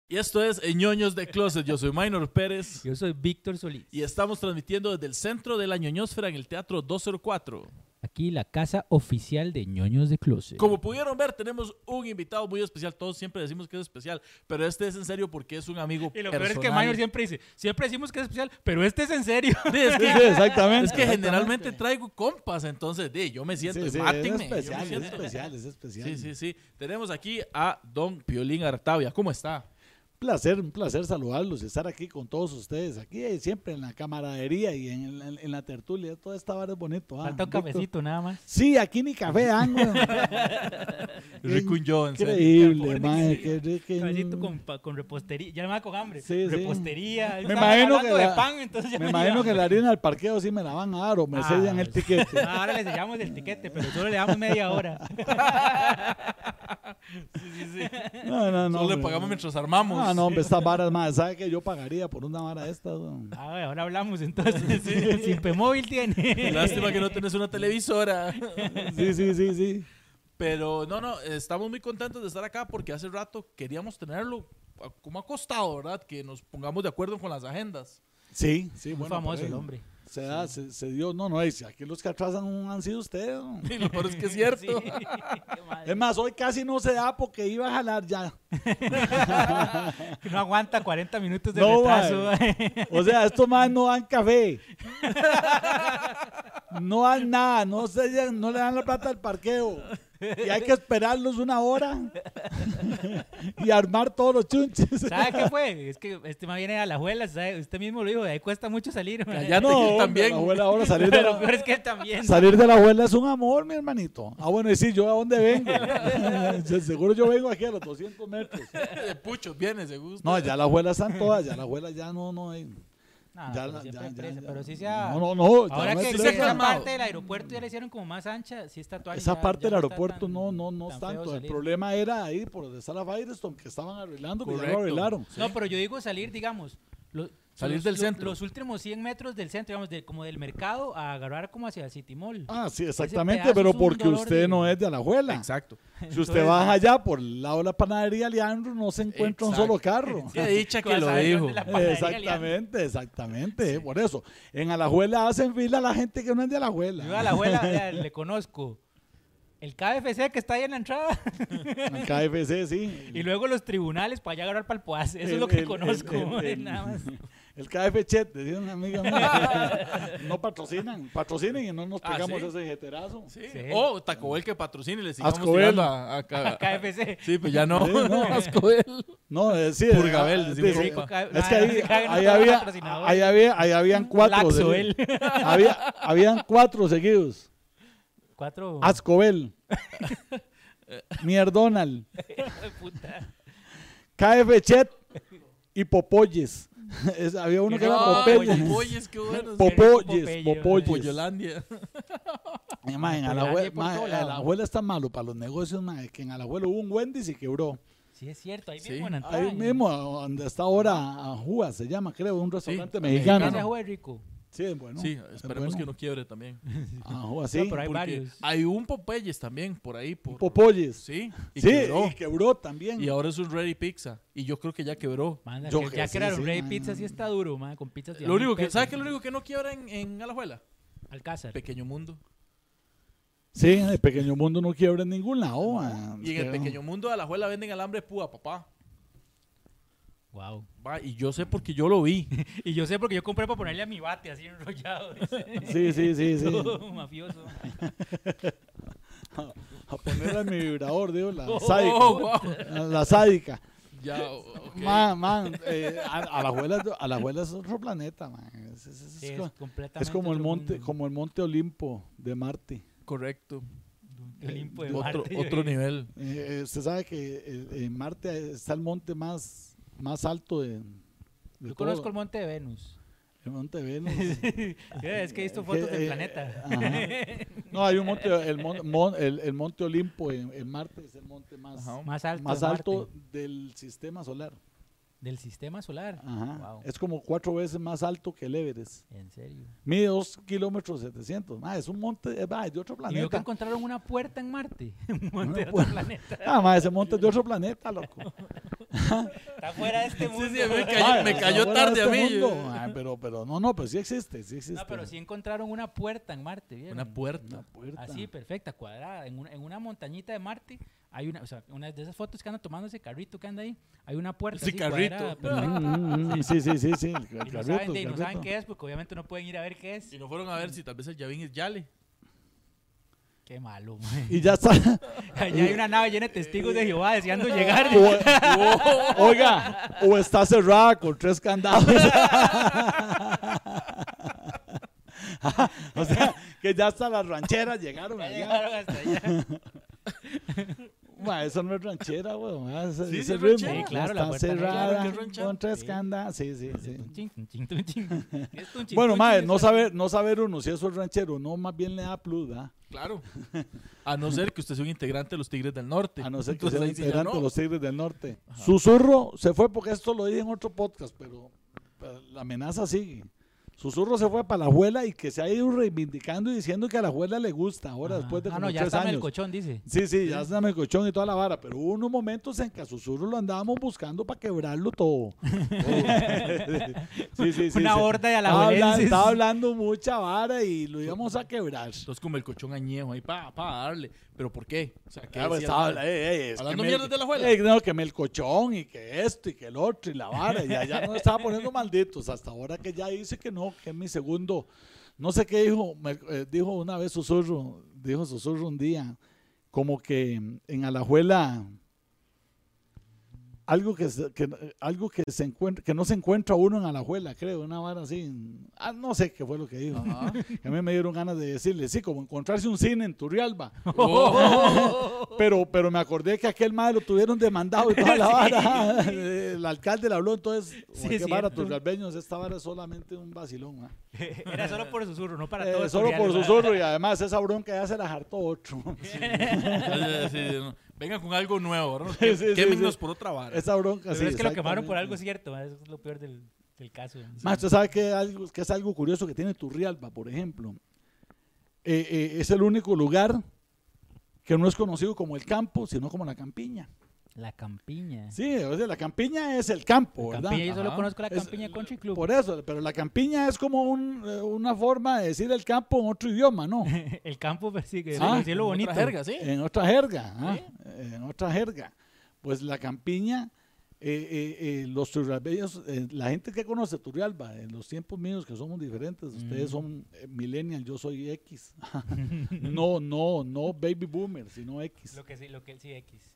Y esto es eh, ñoños de closet. Yo soy Minor Pérez Yo soy Víctor Solís. y estamos transmitiendo desde el centro de la ñoñosfera en el Teatro 204. Aquí la casa oficial de ñoños de closet. Como pudieron ver, tenemos un invitado muy especial. Todos siempre decimos que es especial, pero este es en serio porque es un amigo Y personal. lo peor es que Mayor siempre dice, siempre decimos que es especial, pero este es en serio. Sí, es Sí, que- sí, exactamente. Es que generalmente traigo compas, entonces, di, yo me siento, Sí, sí, mátenme, es yo me especial, es siento. especial, es especial. Sí, sí, sí. Tenemos aquí a Don Piolín Artavia. ¿Cómo está? placer, un placer saludarlos y estar aquí con todos ustedes, aquí eh, siempre en la camaradería y en, en- en la tertulia, toda esta vara es bonito. ah, Falta un Víctor. cafecito nada más. Sí, aquí ni café dan, güey. Rico y yo, en serio. Increíble, Qué madre, rico. qué rico. Cafecito con, pa- con repostería. Ya me va con hambre. Sí, sí. repostería. Me Estaban imagino que hablando de la- pan, entonces ya Me me imagino dio que hambre. la harina del parqueo sí me la van a dar o me Ah, sellan el tiquete. Ahora le sellamos el tiquete, pero solo le damos media hora. No, no, no. Solo le hombre. pagamos mientras armamos. Ah, no, hombre, estas varas, madre, ¿sabe que yo pagaría por una vara de estas? güey? A ver, Ah, ahora hablamos entonces. Sin Pemóvil tiene. Lástima que no tenés una televisora. Sí, sí, sí, sí. Pero no, no, estamos muy contentos de estar acá porque hace rato queríamos tenerlo. a- Como ha costado, ¿verdad? Que nos pongamos de acuerdo con las agendas. Sí, sí, Muy bueno. por famoso ahí. el hombre. Se, da, se, se dio, no, no, es, aquí los que atrasan han sido ustedes. güey. Y lo peor es que es cierto. Sí. Qué madre. Es más, hoy casi no se da porque iba a jalar ya. Que no aguanta 40 minutos de No, retraso. O sea, estos más no dan café. No dan nada, no, se, llegan- no le dan la plata al parqueo. Y hay que esperarlos una hora y armar todos los chunches. ¿Sabe qué fue? Es que este más viene a la abuela, ¿sabe? usted mismo lo dijo, de ahí cuesta mucho salir. ma. Callate. que yo también. la abuela ahora salir de Pero lo la, peor es que él también. salir de la abuela es un amor, mi hermanito. Ah, bueno, y sí, ¿yo a dónde vengo? Seguro yo vengo aquí a los 200 metros. De puchos, viene, se gusta. No, ya las abuelas están todas, ya las abuelas ya no, no. eh, ya No, Ah, pero la- siempre ya- hay ya- presa, ya- Pero sí sea. No, no, no. ya Ahora no que, hay sí que se presa. ha esa calmado. parte del aeropuerto ya le hicieron como más ancha, sí está actual. Esa ya- parte ya del no está aeropuerto tan- no, no, no es tan feo tanto. El salir. problema era ahí por donde está la Firestone que estaban arreglando, que ya lo Correcto. arreglaron. No, pero yo digo salir, digamos. lo- Salir los- del lo- centro. Los últimos 100 metros del centro, digamos, de- como del mercado a agarrar como hacia City Mall. Ah, sí, exactamente, pedazo pero es un porque dolor usted de- no es de Alajuela. Exacto. Si usted baja allá por el lado de la panadería Leandro, no se encuentra Exacto. un solo carro. Qué dicha que Vas a lo ver dijo. dónde la- panadería Exactamente, exactamente, eh, por eso. En Alajuela hacen fila la gente que no es de Alajuela. Yo a la abuela ya le conozco. El KFC que está ahí en la entrada En KFC, sí. y luego los tribunales para allá agarrar para el Eso es lo El- que el- el- conozco. el- el- nada más. El KF Chet, decía una amiga mía. No patrocinan, patrocinen y no nos Ah, pegamos ¿sí? ese jeterazo. Sí, Sí. Sí. O Taco Bell que patrocine y le sigamos Asco Bell. tirando a, a- a- KFC. Sí, pues ya no. Sí, no. Asco Bell. No, eh, sí. Purgabel, eh, decimos sí, compa. sí. Ca- Es que nada, ahí, se cagan ahí todos los había, patrocinadores. ahí, había, ahí habían cuatro. Laxo seguidos. él. Había, habían cuatro seguidos. Cuatro. Ascobel. Mierdonal. puta. KF Chet y Popoyes. Es- había uno que era No, Popeyes. Popeyes, qué bueno. Popeyes. Popoyes, Popeyes. Popoyes. Poyolandia. Eh, ma, en Popeyes, Alajuela, por todo ma, lado. Alajuela eh, está malo para los negocios, ma, es que en Alajuela hubo un Wendy's y quebró. Sí, es cierto. Ahí Sí. mismo en Antán. Ahí mismo, a- donde está ahora Ajúa, se llama, creo, un restaurante Que mexicano. se juega rico. Sí, bueno. Sí, esperemos que no quiebre también. no. Ajúa, sí. No, pero hay Porque varios. Hay un Popeyes también por ahí. Por, Popoyes. Sí, y sí, quebró. y quebró también. Y ahora es un Ready Pizza. Y yo creo que ya quebró. Manda, Yo que- que ya sí, que era sí, el Rey man. Pizza sí está duro, man, con pizzas de a Lo mil único que, pesos. ¿Sabes qué es lo único que no quiebra en, en Alajuela? Alcázar. Pequeño Mundo. Sí, en el pequeño mundo no quiebra en ningún lado. ma. Y en el Pero- Pequeño Mundo de Alajuela venden alambre de púa, papá. Wow. Va, y yo sé porque yo lo vi. Y yo sé porque yo compré para ponerle a mi bate así enrollado. dice. Sí, sí, sí, sí. Todo mafioso. A ponerle a mi vibrador, digo, la Oh, sádica. wow. La- La sádica. Ya, ok. Man, man, eh, a, a la abuela, a la abuela es otro planeta, man. Es, es- es Sí, es co- es completamente como el otro monte, mundo. como el monte Olimpo de Marte. Correcto. Eh, Olimpo de otro Marte, otro güey. nivel. Eh, eh, usted sabe que eh, en Marte está el monte más, más alto de, de Yo todo. conozco el monte de Venus. El monte Venus. es que he visto Eh, fotos eh, del planeta. ajá. No, hay un monte, el, mon- mon- el, el monte Olimpo en, en Marte es el monte más, Ajá. Más alto. más de alto Marte, del sistema solar. Del sistema solar. Ajá. Wow. Es como cuatro veces más alto que el Everest. En serio. Mide dos kilómetros 700. Ma, es un monte, eh, ma, es de otro Y veo que planeta. encontraron una puerta en Marte. Un monte de puerta. otro planeta. Ah, ma, ese monte es de otro planeta, loco. Está fuera de este mundo. sí, a mí me Mae, cayó, me la cayó abuela de tarde a este mí. yo- mundo. Mae, pero, pero no, no, pero sí existe, sí existe. No, pero sí encontraron una puerta en Marte, ¿vieron? Una puerta. Una puerta. Así, perfecta, cuadrada. En una, en una montañita de Marte hay una, o sea, una de esas fotos que anda tomando ese carrito que anda ahí. Hay una puerta. Ese así, carrito. cuadrada, Mm, perfecta. mm, mm, sí, sí, sí, sí. el Y carrito, no saben, de- y el no saben carrito. qué es, porque obviamente no pueden ir a ver qué es. Y no fueron a ver si tal vez el Yavin es Yale. Qué malo, mae. Y ya está. Allá hay una nave llena de testigos de Jehová deseando llegar. Oh, O- oiga, o está cerrada con tres candados. o sea, que ya hasta las rancheras llegaron. Ya allá. llegaron hasta allá. Ma, eso no es ranchera, weón. ah, Ese, Sí, ese sí es ritmo. ranchera. Sí, claro, la está puerta no- cerrada claro que es ranchera. con tres Sí. candados. Sí, sí, sí. Tun, tun, tun, tun, tun. Es tun, chin, Bueno, tun, madre, chin, no eso- saber, no saber uno si eso es ranchero, no, más bien le da plus, ¿verdad? Claro. A no ser que usted sea un integrante de los Tigres del Norte. A no ser que Entonces sea ahí sí ya integrante de no. los Tigres del Norte. Susurro se fue porque esto lo dije en otro podcast, pero, pero la amenaza sigue. Susurro se fue para la abuela y que se ha ido reivindicando y diciendo que a la abuela le gusta ahora Ajá. después de Ah, como no, ya tres está en el años. colchón, dice. Sí, sí, ya está en el colchón y toda la vara, pero hubo unos momentos en que a Susurro lo andábamos buscando para quebrarlo todo. sí, sí, sí. Una sí. horda de Estaba hablando, alajuelenses. estaba hablando mucha vara y lo íbamos a quebrar. Entonces como el colchón añejo ahí, pa, pa, darle. ¿Pero por qué? O sea, ¿qué Ah, pues, decía estaba- la madre? ey, ey, es Hablando que me- mierdas de la abuela. ey, no, que me el colchón y que esto y que el otro y la vara. Ya, ya no estaba poniendo malditos. Hasta ahora que ya dice que no, que es mi segundo. No sé qué dijo. me- eh, dijo una vez susurro. Dijo susurro un día. Como que mm, en Alajuela. Algo que, se- que- algo que se encuentra que no se encuentra uno en Alajuela, creo, una vara así. Ah, no sé qué fue lo que dijo. Ajá. A mí me dieron ganas de decirle, sí, como encontrarse un cine en Turrialba. Oh. Pero, pero me acordé que aquel madre lo tuvieron demandado y toda la vara. El alcalde le habló, entonces, Sí, qué es vara, cierto. tus galbeños, esta vara es solamente un vacilón. ¿ah? Era solo por susurro, no para Eh, todos. solo por surreales, susurro y además esa bronca ya se la hartó otro. Sí, sí, sí, no. Vengan con algo nuevo, ¿no? Sí, sí, sí, Quémenos sí. por otra vara. Esa bronca, Pero sí, es que lo quemaron por exactamente. algo cierto, ma, eso es lo peor del, del caso. Más, usted sabe que, algo, que es algo curioso que tiene Turrialba, por ejemplo. Eh, eh, es el único lugar que no es conocido como el campo, sino como la campiña. La campiña. Sí, o sea, la campiña es el campo, ¿verdad? campiña yo solo Ajá. conozco la Es- campiña Country Club. Por eso, pero la campiña es como un, eh, una forma de decir el campo en otro idioma, ¿no? El campo pues, persigue, Ah, el cielo bonito. Otra jerga, sí. en otra jerga, ¿ah? en otra jerga. Pues la campiña, eh, eh, eh, los turrialbeños, eh, la gente que conoce Turrialba, en los tiempos míos que somos diferentes, ustedes son eh, millennial, yo soy X. no, no, no baby boomer, sino X. Lo que sí, lo que sí, X.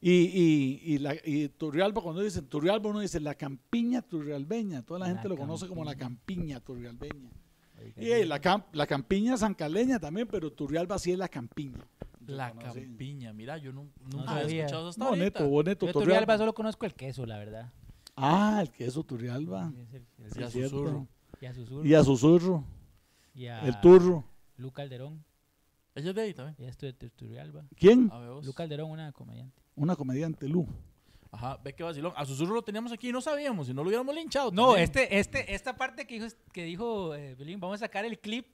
Y, y, y, la, y Turrialba, cuando dicen Turrialba, uno dice la campiña turrialbeña, toda la, La gente lo conoce como la campiña turrialbeña. Oiga, Y eh, la, cam- la campiña zancaleña también, pero Turrialba sí es la campiña. La Yo conocí. campiña, mira, yo nu- No nunca sabía. había escuchado eso hasta Bonito, ahorita. bonito, Yo Turrialba. Turrialba solo conozco el queso, la verdad. Ah, el queso Turrialba. Es el- el- Sí, Y a es cierto. susurro. Y a susurro. Ah. Ah. Y a susurro, y a el turro. Lu Calderón. Ella es de ahí también. Ella es de Turrialba. ¿Quién? A ver vos. Lu Calderón, una comediante. Una comediante, Lu. Ajá, ve que vacilón. A susurro lo teníamos aquí y no sabíamos, si no lo hubiéramos linchado. No, también. este, este, esta parte que dijo, que dijo eh, Belín, vamos a sacar el clip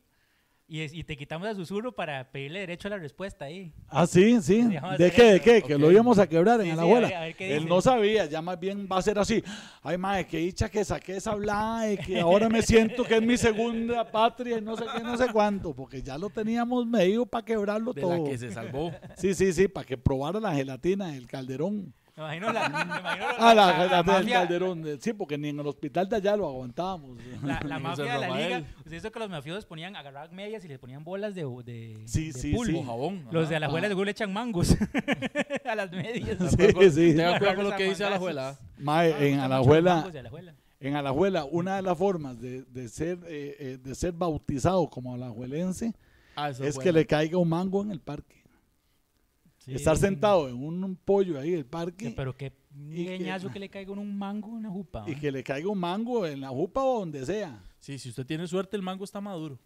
y, es- y te quitamos a susurro para pedirle derecho a la respuesta ahí. Ah, sí, sí. Digamos ¿De hacer qué? ¿De eso. qué? Que Ok. lo íbamos a quebrar Sí, en sí, la a ver- a abuela. ver qué Él dice. no sabía, ya más bien va a ser así. Ay, madre, qué dicha que saqué esa blada y que ahora me siento que es mi segunda patria y no sé qué, no sé cuánto, porque ya lo teníamos medio para quebrarlo De todo. la que se salvó. Sí, sí, sí, para que probara la gelatina, el calderón. Me imagino la, me imagino Ah, la, la- la- la del mafia- Calderón. eh, Sí, porque ni en el hospital de allá lo aguantábamos. la- la En mafia San de la Rafael. liga. Usted hizo que los mafiosos ponían, agarraban medias y les ponían bolas de, de, Sí, de sí, O sí. Ah. jabón. ajá. Los de la abuela seguro le echan mangos a las medias. Sí, Tenga sí. cuidado con lo que dice la abuela. Mae, en Ah, gustan mucho los Alajuela, mangos de Alajuela. en Alajuela, una de las formas de, de ser, eh, eh, de ser bautizado como alajuelense Ah, esa es buena. que le caiga un mango en el parque. Sí. Estar sentado en un, un pollo ahí en el Que- parque Pero eh. qué Y que- leñazo que le caiga un mango una jupa. y ¿va? que le caiga un mango en la jupa o donde sea. Sí, si usted tiene suerte, el mango está maduro.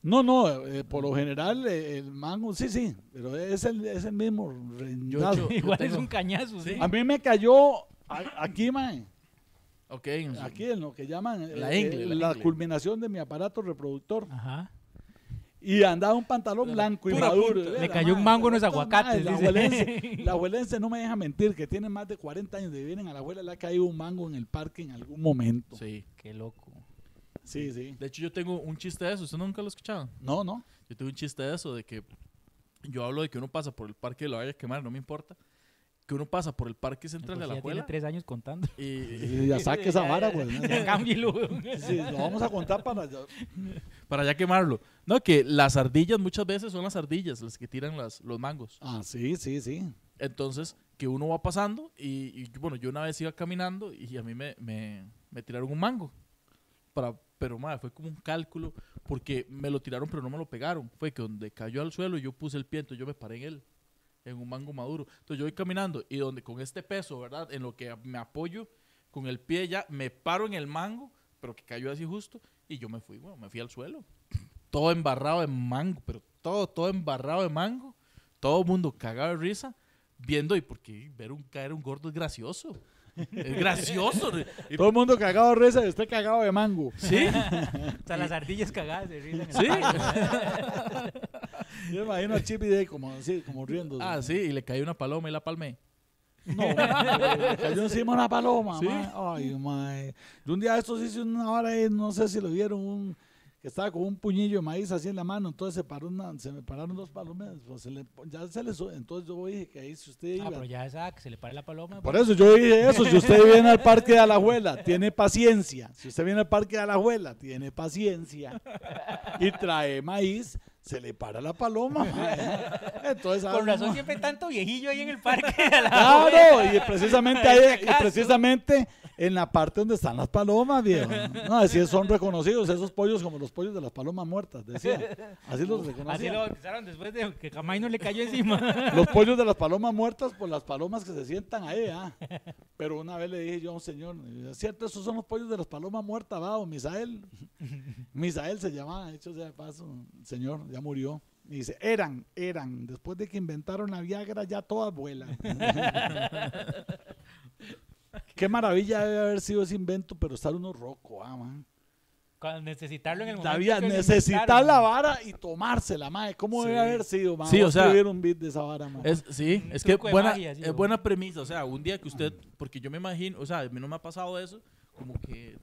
No, no, eh, por lo general eh, el mango, sí, sí, pero es el, es el mismo. reñazo. yo- Igual tengo- es un cañazo. Sí. A mí me cayó a- aquí, mae. Ok. en su- aquí en lo que llaman eh, La ingle, eh, la la ingle. culminación de mi aparato reproductor. Ajá. Y andaba un pantalón blanco y Pura maduro. punta. Era, Le cayó un mae, mango en los puta madre, aguacates, La dice. abuelense, la abuelense no me deja mentir, que tiene más de 40 años de vivir en la abuela, le ha caído un mango en el parque en algún momento. Sí. Qué loco. Sí, sí. De hecho, yo tengo un chiste de eso. ¿Usted nunca lo ha escuchado? No, no. Yo tengo un chiste de eso, de que yo hablo de que uno pasa por el parque y lo vaya a quemar, no me importa. Que uno pasa por el parque central de Entonces la Pues ya tiene abuela tres años contando. y, y- Y ya saque esa Ya, vara, ya, güey. ¿no? Ya cámbielo. Sí, lo vamos a contar para. para ya quemarlo. No, que las ardillas muchas veces son las ardillas las que tiran las, los mangos. Ah, sí, sí, sí. Entonces, que uno va pasando y, y, bueno, yo una vez iba caminando y a mí me, me- me tiraron un mango. Para, pero madre, fue como un cálculo porque me lo tiraron pero no me lo pegaron. Fue que donde cayó al suelo yo puse el pie, entonces yo me paré en él, en un mango maduro. Entonces yo voy caminando y donde con este peso, ¿verdad? En lo que me apoyo con el pie ya, me paro en el mango, pero que cayó así justo y yo me fui, bueno, me fui al suelo. Todo embarrado de mango, pero todo, todo embarrado de mango. Todo el mundo cagado de risa viendo y porque ver un caer un gordo es gracioso. Es gracioso. Y- Todo el mundo cagado de risa y usted cagado de mango. sí, O sea, las ardillas cagadas se ríen. en el sí. Yo me imagino a Chip y Dale como así, como riendo. Ah, sí, y le cayó una paloma y la palmé. No, le cayó encima una paloma. Sí. mae. Ay, mae. Yo un día de estos hice una hora ahí, no sé si lo vieron, un, que estaba con un puñillo de maíz así en la mano, entonces se, paró una- se me pararon dos palomas. pues, se le- ya se les, entonces yo dije que ahí si usted Ah, iba. pero ya esa que se le para la paloma. Por eso yo dije eso, si usted viene al parque de Alajuela, tiene paciencia. Si usted viene al parque de Alajuela, tiene paciencia y trae maíz, se le para la paloma. mae. Entonces, Con ah, razón siempre hay tanto viejillo ahí en el parque. de la Claro, abuela. y precisamente, Por si ahí- y acaso. precisamente en la parte donde están las palomas, viejo. No, así son reconocidos esos pollos como los pollos de las palomas muertas, decía. Así los Así lo reconocían. bautizaron después de que jamás no le cayó encima. Los pollos de las palomas muertas por las palomas que se sientan ahí, ah. Pero una vez le dije yo a un señor, es cierto, esos son los pollos de las palomas muertas, va, don Misael. Misael se llamaba, de hecho sea de paso, el señor, ya murió. Y dice, eran, eran, después de que inventaron la Viagra ya todas vuelan. Qué maravilla debe haber sido ese invento, pero estar uno roco, ah, man. Cuando necesitarlo en el momento. Sabía que lo necesitar inventaron. la vara y tomársela, mae. ¿Cómo debe Sí. haber sido, mae? Sí, Voy a o sea, escribir un beat de esa vara, mae. Es, sí, Un es que truco de buena, magia, sí, es o- buena premisa. O sea, un día que usted, porque yo me imagino, o sea, a mí no me ha pasado eso, como que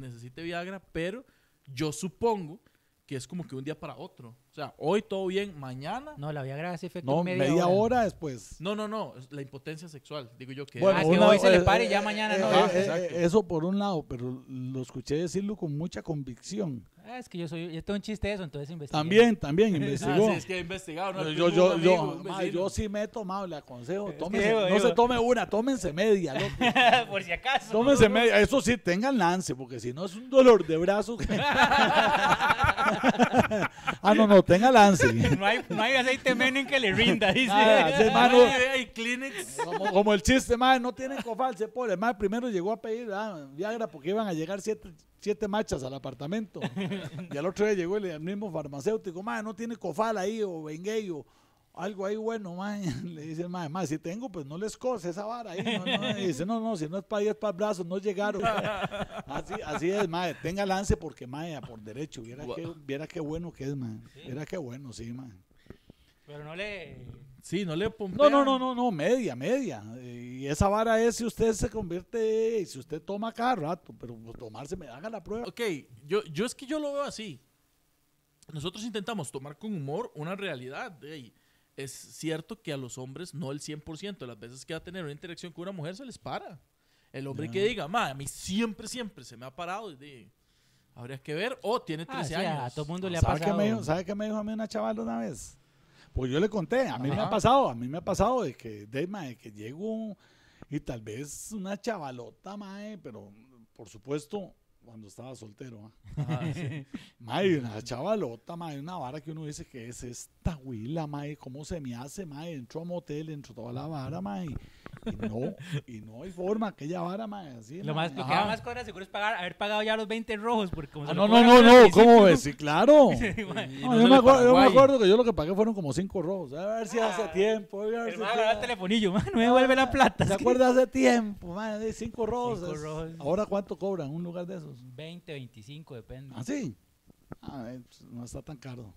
necesite Viagra, pero yo supongo que es como que un día para otro. O sea, hoy todo bien, mañana. No, la Viagra hace efecto No, media, media hora. hora después. No, no, no, es la impotencia sexual, digo yo que. Bueno, Ah, que hoy se le pare y ya mañana no. eh, Ah, eh, exacto. eso por un lado, pero lo escuché decirlo con mucha convicción. Ah, es que yo soy, yo tengo un chiste de eso, entonces investigué. También, también Ah, investigó. sí, es que he investigado. ¿no? pues, yo, Tengo yo, un yo, amigo, un ma, vecino. yo sí me he tomado, le aconsejo. tómense- digo, no digo. se tome una, tómense media, loco. Por si acaso. Tómense media. Eso sí, tengan lance, porque si no es un dolor de brazos. ah, no, no, tenga lance. No hay, no hay aceite menos que le rinda, dice. Ah, sí, Ay, mano. ay, Kleenex. Como, como el chiste, madre, no tienen cofal, se pone. Madre, primero llegó a pedir ah, Viagra porque iban a llegar siete, siete machas al apartamento. Y al otro día llegó el, el mismo farmacéutico, madre, no tiene cofal ahí o Bengay o algo ahí bueno, madre. Le dice, madre, madre, si tengo, pues no les cose esa vara ahí. No, no". Y dice, no, no, si no es para ahí, es para brazos, no llegaron. Así, así es, madre, tenga lance porque, madre, por derecho, viera, Gua- qué, viera qué bueno que es, madre. Viera qué bueno, sí, madre. Pero no le. Sí, no le No, pompean. no, no, no, no, media, media. Eh, Y esa vara es si usted se convierte, si usted toma cada rato, pero pues, tomarse me haga la prueba. Ok, yo, yo es que yo lo veo así. Nosotros intentamos tomar con humor una realidad. de ahí. es cierto que a los hombres no el 100% de las veces que va a tener una interacción con una mujer se les para. El hombre que Ya. diga, ma, a mí siempre, siempre se me ha parado. de- habría que ver. O tiene Ah, 13 sí, años. a todo mundo le ha ¿Sabe qué, pasado. me dijo, sabe qué me dijo a mí una chaval una vez? Pues yo le conté, a mí me Ajá. ha pasado, a mí me ha pasado de que, de, mae, que llego y tal vez una chavalota, mae, pero por supuesto cuando estaba soltero, mae. Ah, Ajá, sí. Mae, una chavalota, mae, una vara que uno dice que es esta huila, mae, cómo se me hace, mae, entro a motel, entro toda la vara, mae, y no, y no hay forma, aquella vara, mae, así. Lo, mae, más, lo que ajá. da más cobra seguro es pagar, haber pagado ya los 20 rojos. Porque como Ah, se no, lo no, cobran no, uno al no, ¿cómo ves? principio, Sí, claro. Y No, no yo, me sale acuerdo, yo me Paraguay. acuerdo que yo lo que pagué fueron como cinco rojos, a ver si hace tiempo, a ver si Hermano, tiempo. ahora el telefonillo, man, no me devuelve la plata. Ah, ¿Se es que- acuerda hace tiempo, mae, de cinco rojos? Cinco es- rojos. Ahora, ¿cuánto cobran un lugar de esos? 20, 25, depende. ¿Ah, sí? Ah, eh, pues, no está tan caro.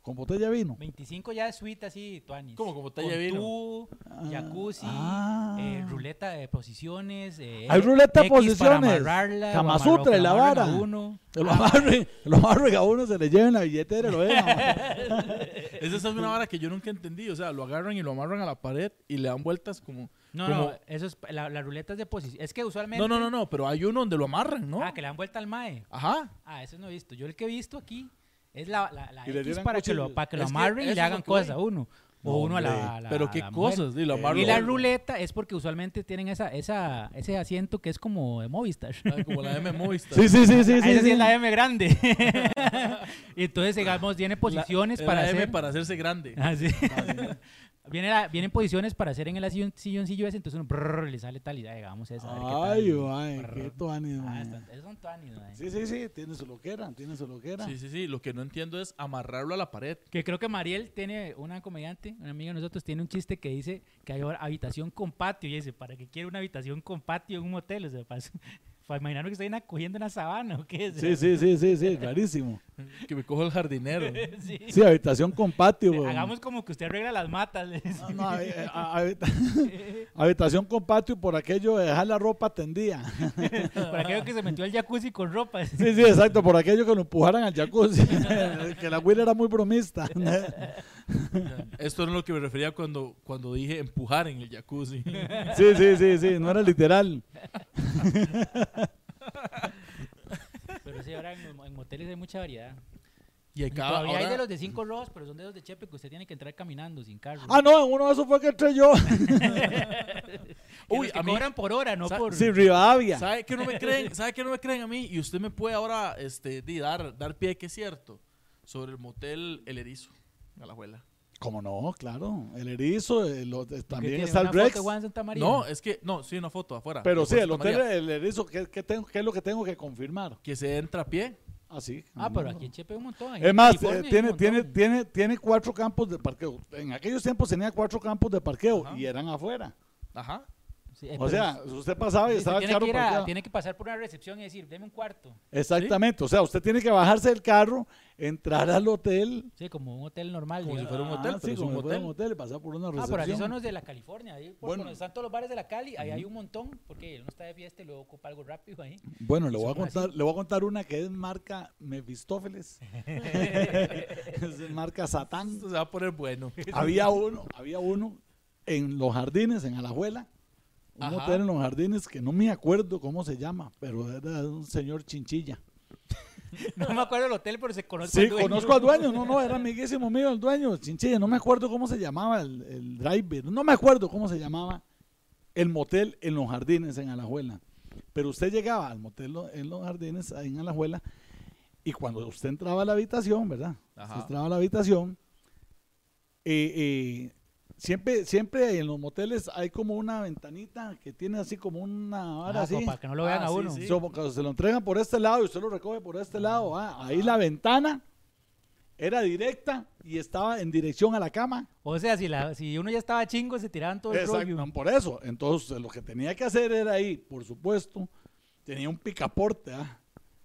con botella de vino. 25 ya es suite así, tuanis. ¿Cómo, con botella Con de vino? tubo, jacuzzi, Ah. eh, ruleta de posiciones. eh, Hay ruleta de X para posiciones. amarrarla, Kama amarro- Sutra y la que amarren a vara. uno. Que lo amarren, lo amarren a uno, se le lleven la billetera y lo dejan amarrado. Esa es una vara que yo nunca entendí. O sea, lo agarran y lo amarran a la pared y le dan vueltas como. No, como- no, eso es, la, la ruleta es de posición. Es que usualmente... No, no, no, no, pero hay uno donde lo amarran, ¿no? Ah, que le dan vuelta al mae. Ajá. Ah, eso no he visto. Yo el que he visto aquí es la, la, la Y le X tiran para que, lo, cuchillo. para que lo Es que amarren eso y es le lo hagan que voy. cosas a uno. O uno a la, a la- pero a qué la mujer. cosas. Y lo amarran. Y la ruleta es porque usualmente tienen esa, esa, ese asiento que es como de Movistar. Ah, Como la M Movistar. Sí, sí, sí, sí. Ah, sí, esa sí sí. es la M grande. Y Entonces, digamos, tiene posiciones La- para la M hacer. para hacerse grande. Ah, sí. Viene la- vienen posiciones para hacer en el sillon- silloncillo ese, entonces uno brrr, le sale tal y ya llegamos a esa. a ver Ay, qué tal. ay, Brrr. qué tuanis, Ah, mae. están- esos son tuanis, mae. Sí, sí, sí, tiene su loquera, tiene su loquera. Sí, sí, sí. Lo que no entiendo es amarrarlo a la pared. Que creo que Mariel tiene una comediante, una amiga de nosotros, tiene un chiste que dice que hay ahora habitación con patio. Y dice, ¿para qué quiere una habitación con patio en un motel? O sea, para, para imaginarme que estoy en una- cogiendo una sabana o qué. O Sí, sea, sí, sí, sí, sí, clarísimo. Que me cojo el jardinero. sí. Sí, habitación con patio. weón. Hagamos como que usted arregla las matas. le dice. No, no, hab- eh, a- habita- habitación con patio por aquello de dejar la ropa tendida. Por aquello que se metió al jacuzzi con ropa. Ah. Sí, sí, exacto, por aquello que lo empujaran al jacuzzi. que la Will era muy bromista. Esto es lo que me refería cuando, cuando dije empujar en el jacuzzi. Sí, sí, sí, sí, no era literal. Pero sí, ahora en, los mo- en moteles hay mucha variedad. Y Y Ah, acá todavía hay ahora- de los de cinco rojos, pero son de los de Chepe que usted tiene que entrar caminando sin carro. Ah, no, en uno de esos fue que entré yo. Uy, Uy, que a mí- cobran por hora, no Sa- por... Sí, Rivadavia. ¿Sabe que no me creen? ¿Sabe que no me creen a mí? Y usted me puede ahora este, di, dar, dar pie que es cierto sobre el motel El Erizo, a la abuela. Como no, claro. El erizo, eh, lo- eh, Porque también tiene está una el foto de Rex. Juan Santa María. No, es que, no, sí, una foto afuera. Pero de sí, Juan el Santa hotel, María, el erizo, ¿qué, qué tengo, ¿qué es lo que tengo que confirmar? Que se entra a pie. Así. Ah, pero aquí en Chepe hay un montón. ahí eh, Es en más, California eh, hay un tiene, montón. tiene, tiene, tiene cuatro campos de parqueo. En aquellos tiempos tenía cuatro campos de parqueo Ajá. y eran afuera. Ajá. Sí, eh, O pero sea, es- usted pasaba y usted estaba el tiene, carro que ir a- parqueado. tiene que pasar por una recepción y decir, deme un cuarto. Exactamente. O sea, usted tiene que bajarse del carro, entrar al hotel. Sí, como un hotel normal. Como si digamos. fuera un Ah, hotel, sí, pero es como un si fuera hotel. y pasar por una Ah, recepción. por así son los de la California. Ahí por Bueno. donde están todos los bares de la Cali, ahí hay un montón, porque uno está de fiesta y luego ocupa algo rápido ahí. Bueno, le voy, a son así. contar, le voy a contar una que es marca Mefistófeles. es marca Satán. Esto se va a poner bueno. Había uno, había uno en los jardines, en Alajuela. Un Ajá. hotel en los jardines que no me acuerdo cómo se llama, pero era un señor chinchilla. No me acuerdo del hotel, pero se conoce. Sí, conozco al dueño, no, no, era amiguísimo mío el dueño, chinchilla. No me acuerdo cómo se llamaba el, el driver, no me acuerdo cómo se llamaba el motel en los jardines en Alajuela. Pero usted llegaba al motel lo- en los jardines ahí en Alajuela y cuando usted entraba a la habitación, ¿verdad? Ajá. Usted entraba a la habitación, eh, eh, siempre, siempre en los moteles hay como una ventanita que tiene así como una vara Ahora así. Para que no lo Ah, vean a sí, uno. sí. So, cuando se lo entregan por este lado y usted lo recoge por este lado, ah, ahí la ventana era directa y estaba en dirección a la cama. O sea, si, la, si uno ya estaba chingo, se tiraban todo el Exacto, rollo. por eso. Entonces, lo que tenía que hacer era ahí, por supuesto, tenía un picaporte. ah.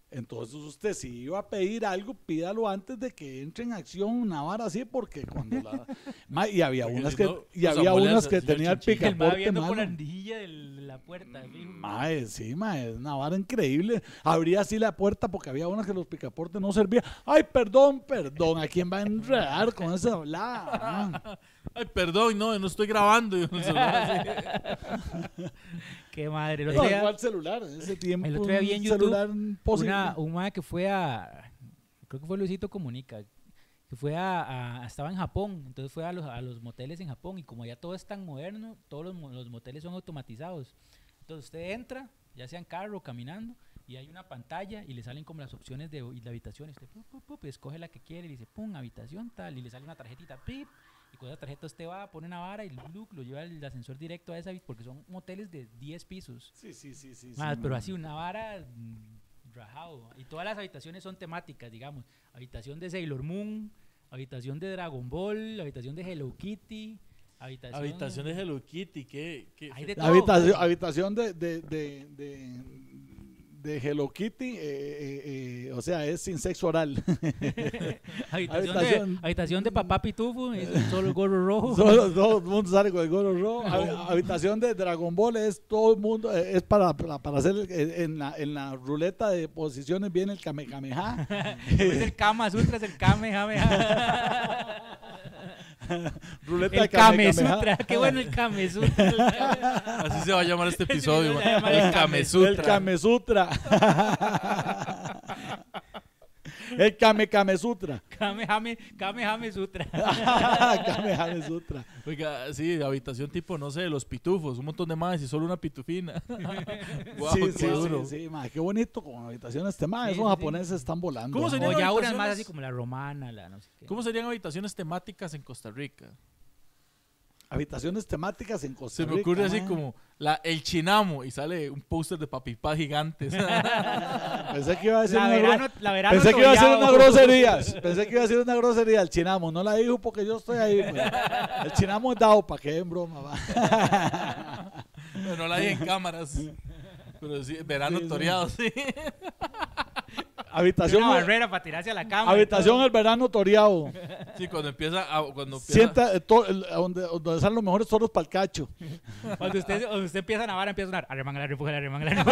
Entonces, usted si iba a pedir algo, pídalo antes de que entre en acción una vara así, porque cuando la. Ma, y había Porque unas si que, no, y los había unas ambulancias, que señor tenía el Chinchilla. El mae picaporte, viendo por la mano. andilla de la puerta. fijo. Mae, sí, mae, es una vara increíble. Abría así la puerta porque había unas que los picaportes no servían. Ay, perdón, perdón, ¿a quién va a enredar con esa hablada? mae? Ay, perdón, no, no estoy grabando. Yo no sé, ¿no? Sí. Qué madre. El Ah, No, otro día- igual celular, en ese tiempo. el otro día vi en un YouTube celular imposible. Una, un mae que fue a. Creo que fue Luisito Comunica. Que fue a. a- estaba en Japón. Entonces fue a los, a los moteles en Japón. Y como ya todo es tan moderno, todos los, mo- los moteles son automatizados. Entonces usted entra, ya sea en carro o caminando. Y hay una pantalla y le salen como las opciones de, y la habitación. Y usted pu, pu, pu, y escoge la que quiere y le dice, pum, habitación tal. Y le sale una tarjetita, pip. Y con esa tarjeta usted va, pone una vara y look, lo lleva el ascensor directo a esa. habi- Porque son moteles de 10 pisos. Sí, sí, sí, sí. Más, sí, pero mae. así una vara mm, rajado. Y todas las habitaciones son temáticas, digamos. Habitación de Sailor Moon, habitación de Dragon Ball, habitación de Hello Kitty, habitación... Habitación de Hello Kitty, qué, qué- Hay de todo. Habitación, habitación de, de, de, de, de Hello Kitty, eh, eh, eh, o sea, es sin sexo oral. Habitación, Habitación. De, habitación de papá pitufo, es un solo gorro rojo. Solo todo el mundo sale con el gorro rojo. Hab- Habitación de Dragon Ball es todo el mundo, eh, es para, para, para hacer el- en la, en la ruleta de posiciones viene el Kamehameha. es el Kama Sutra, es el Kame, Jame, Ruleta de El Kame Kamehameha. Sutra, qué bueno el Kame Sutra. Así se va a llamar este Sí, episodio. lo man. voy a llamar El el Kame Kamesutra. El Kame Sutra. el Kame Kame Sutra. Kame, Jame, Kame, Jame Sutra. Kame Kame Sutra. Oiga, sí, habitación tipo, no sé, los pitufos, un montón de más y solo una pitufina. Guau, sí, qué sí, duro. sí, sí, ma, qué bonito con habitaciones temáticas. Sí, Esos sí, sí. japoneses están volando. ¿Cómo ma. sería? O Tenían ya unas habitaciones- más así como la romana, la no sé qué. ¿Cómo serían habitaciones temáticas en Costa Rica? Habitaciones temáticas en Costa Se Rica. me ocurre así ma. como la, el chinamo y sale un póster de papipá gigantes. Pensé que iba a decir La una verano, gro- la verano Pensé que iba a decir una tollado. grosería. Pensé que iba a decir una grosería. El chinamo. No la dijo porque yo estoy ahí. pues. El chinamo es dado para que en broma. va. Pero no la dije en cámaras. Pero sí, verano Sí, sí. toreado, sí. Habitación. Una barrera para tirarse a la cama. Habitación el verano toreado. Sí, cuando empieza a, cuando empieza- Sienta eh, to- el- donde, donde están los mejores toros para el cacho. Cuando usted, cuando usted empieza a navar, empieza a sonar. Arremángala, repújala, arremángala,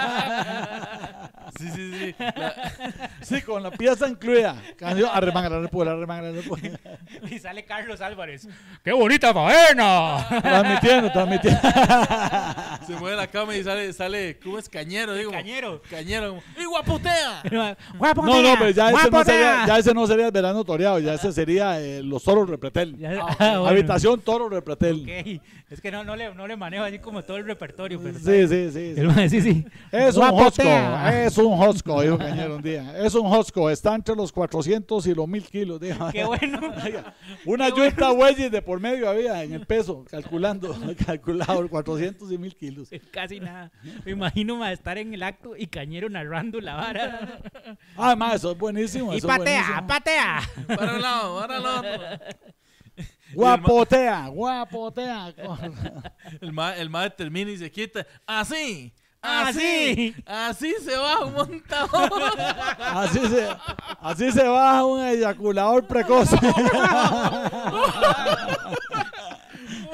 repújala. Sí, sí, sí. La- Sí, con la pieza incluida. Canción, arremángala, repújala, arremángala, repújala. y sale Carlos Álvarez. ¡Qué bonita faena! Transmitiendo, transmitiendo. se mueve la cama y sale, sale, ¿cómo es? Cañero, digo. Cañero. Cañero. ¡Y guaputea! ¡Guapo, No, no, pero ya ese no, guapo, sería, nena! ya ese no sería el verano toreado. Ya ese sería eh, los toros repretel. Ya- Ah, ah, bueno. Habitación toro repretel. Ok, Es que no, no, le, no le manejo así como todo el repertorio. Pero Sí, sí, sí. sí. El man, sí, sí. Es un hosco, Ah. Guapotea. es un hosco, dijo Cañero un día. Es un hosco, está entre los 400 y los 1000 kilos. dijo. ¡Qué bueno! Una yunta güeyes de por medio había en el peso, calculando, calculado, 400 y 1000 kilos. Casi nada. Me imagino más estar en el acto y Cañero narrando la vara. Además, Ah, eso es buenísimo. Y eso es patea, buenísimo. patea. Para un lado, para el otro. Guapotea, guapotea. El ma, el ma termina y se quita. Así. Así, Así. así se va un montón. Así se, así se baja un eyaculador precoz.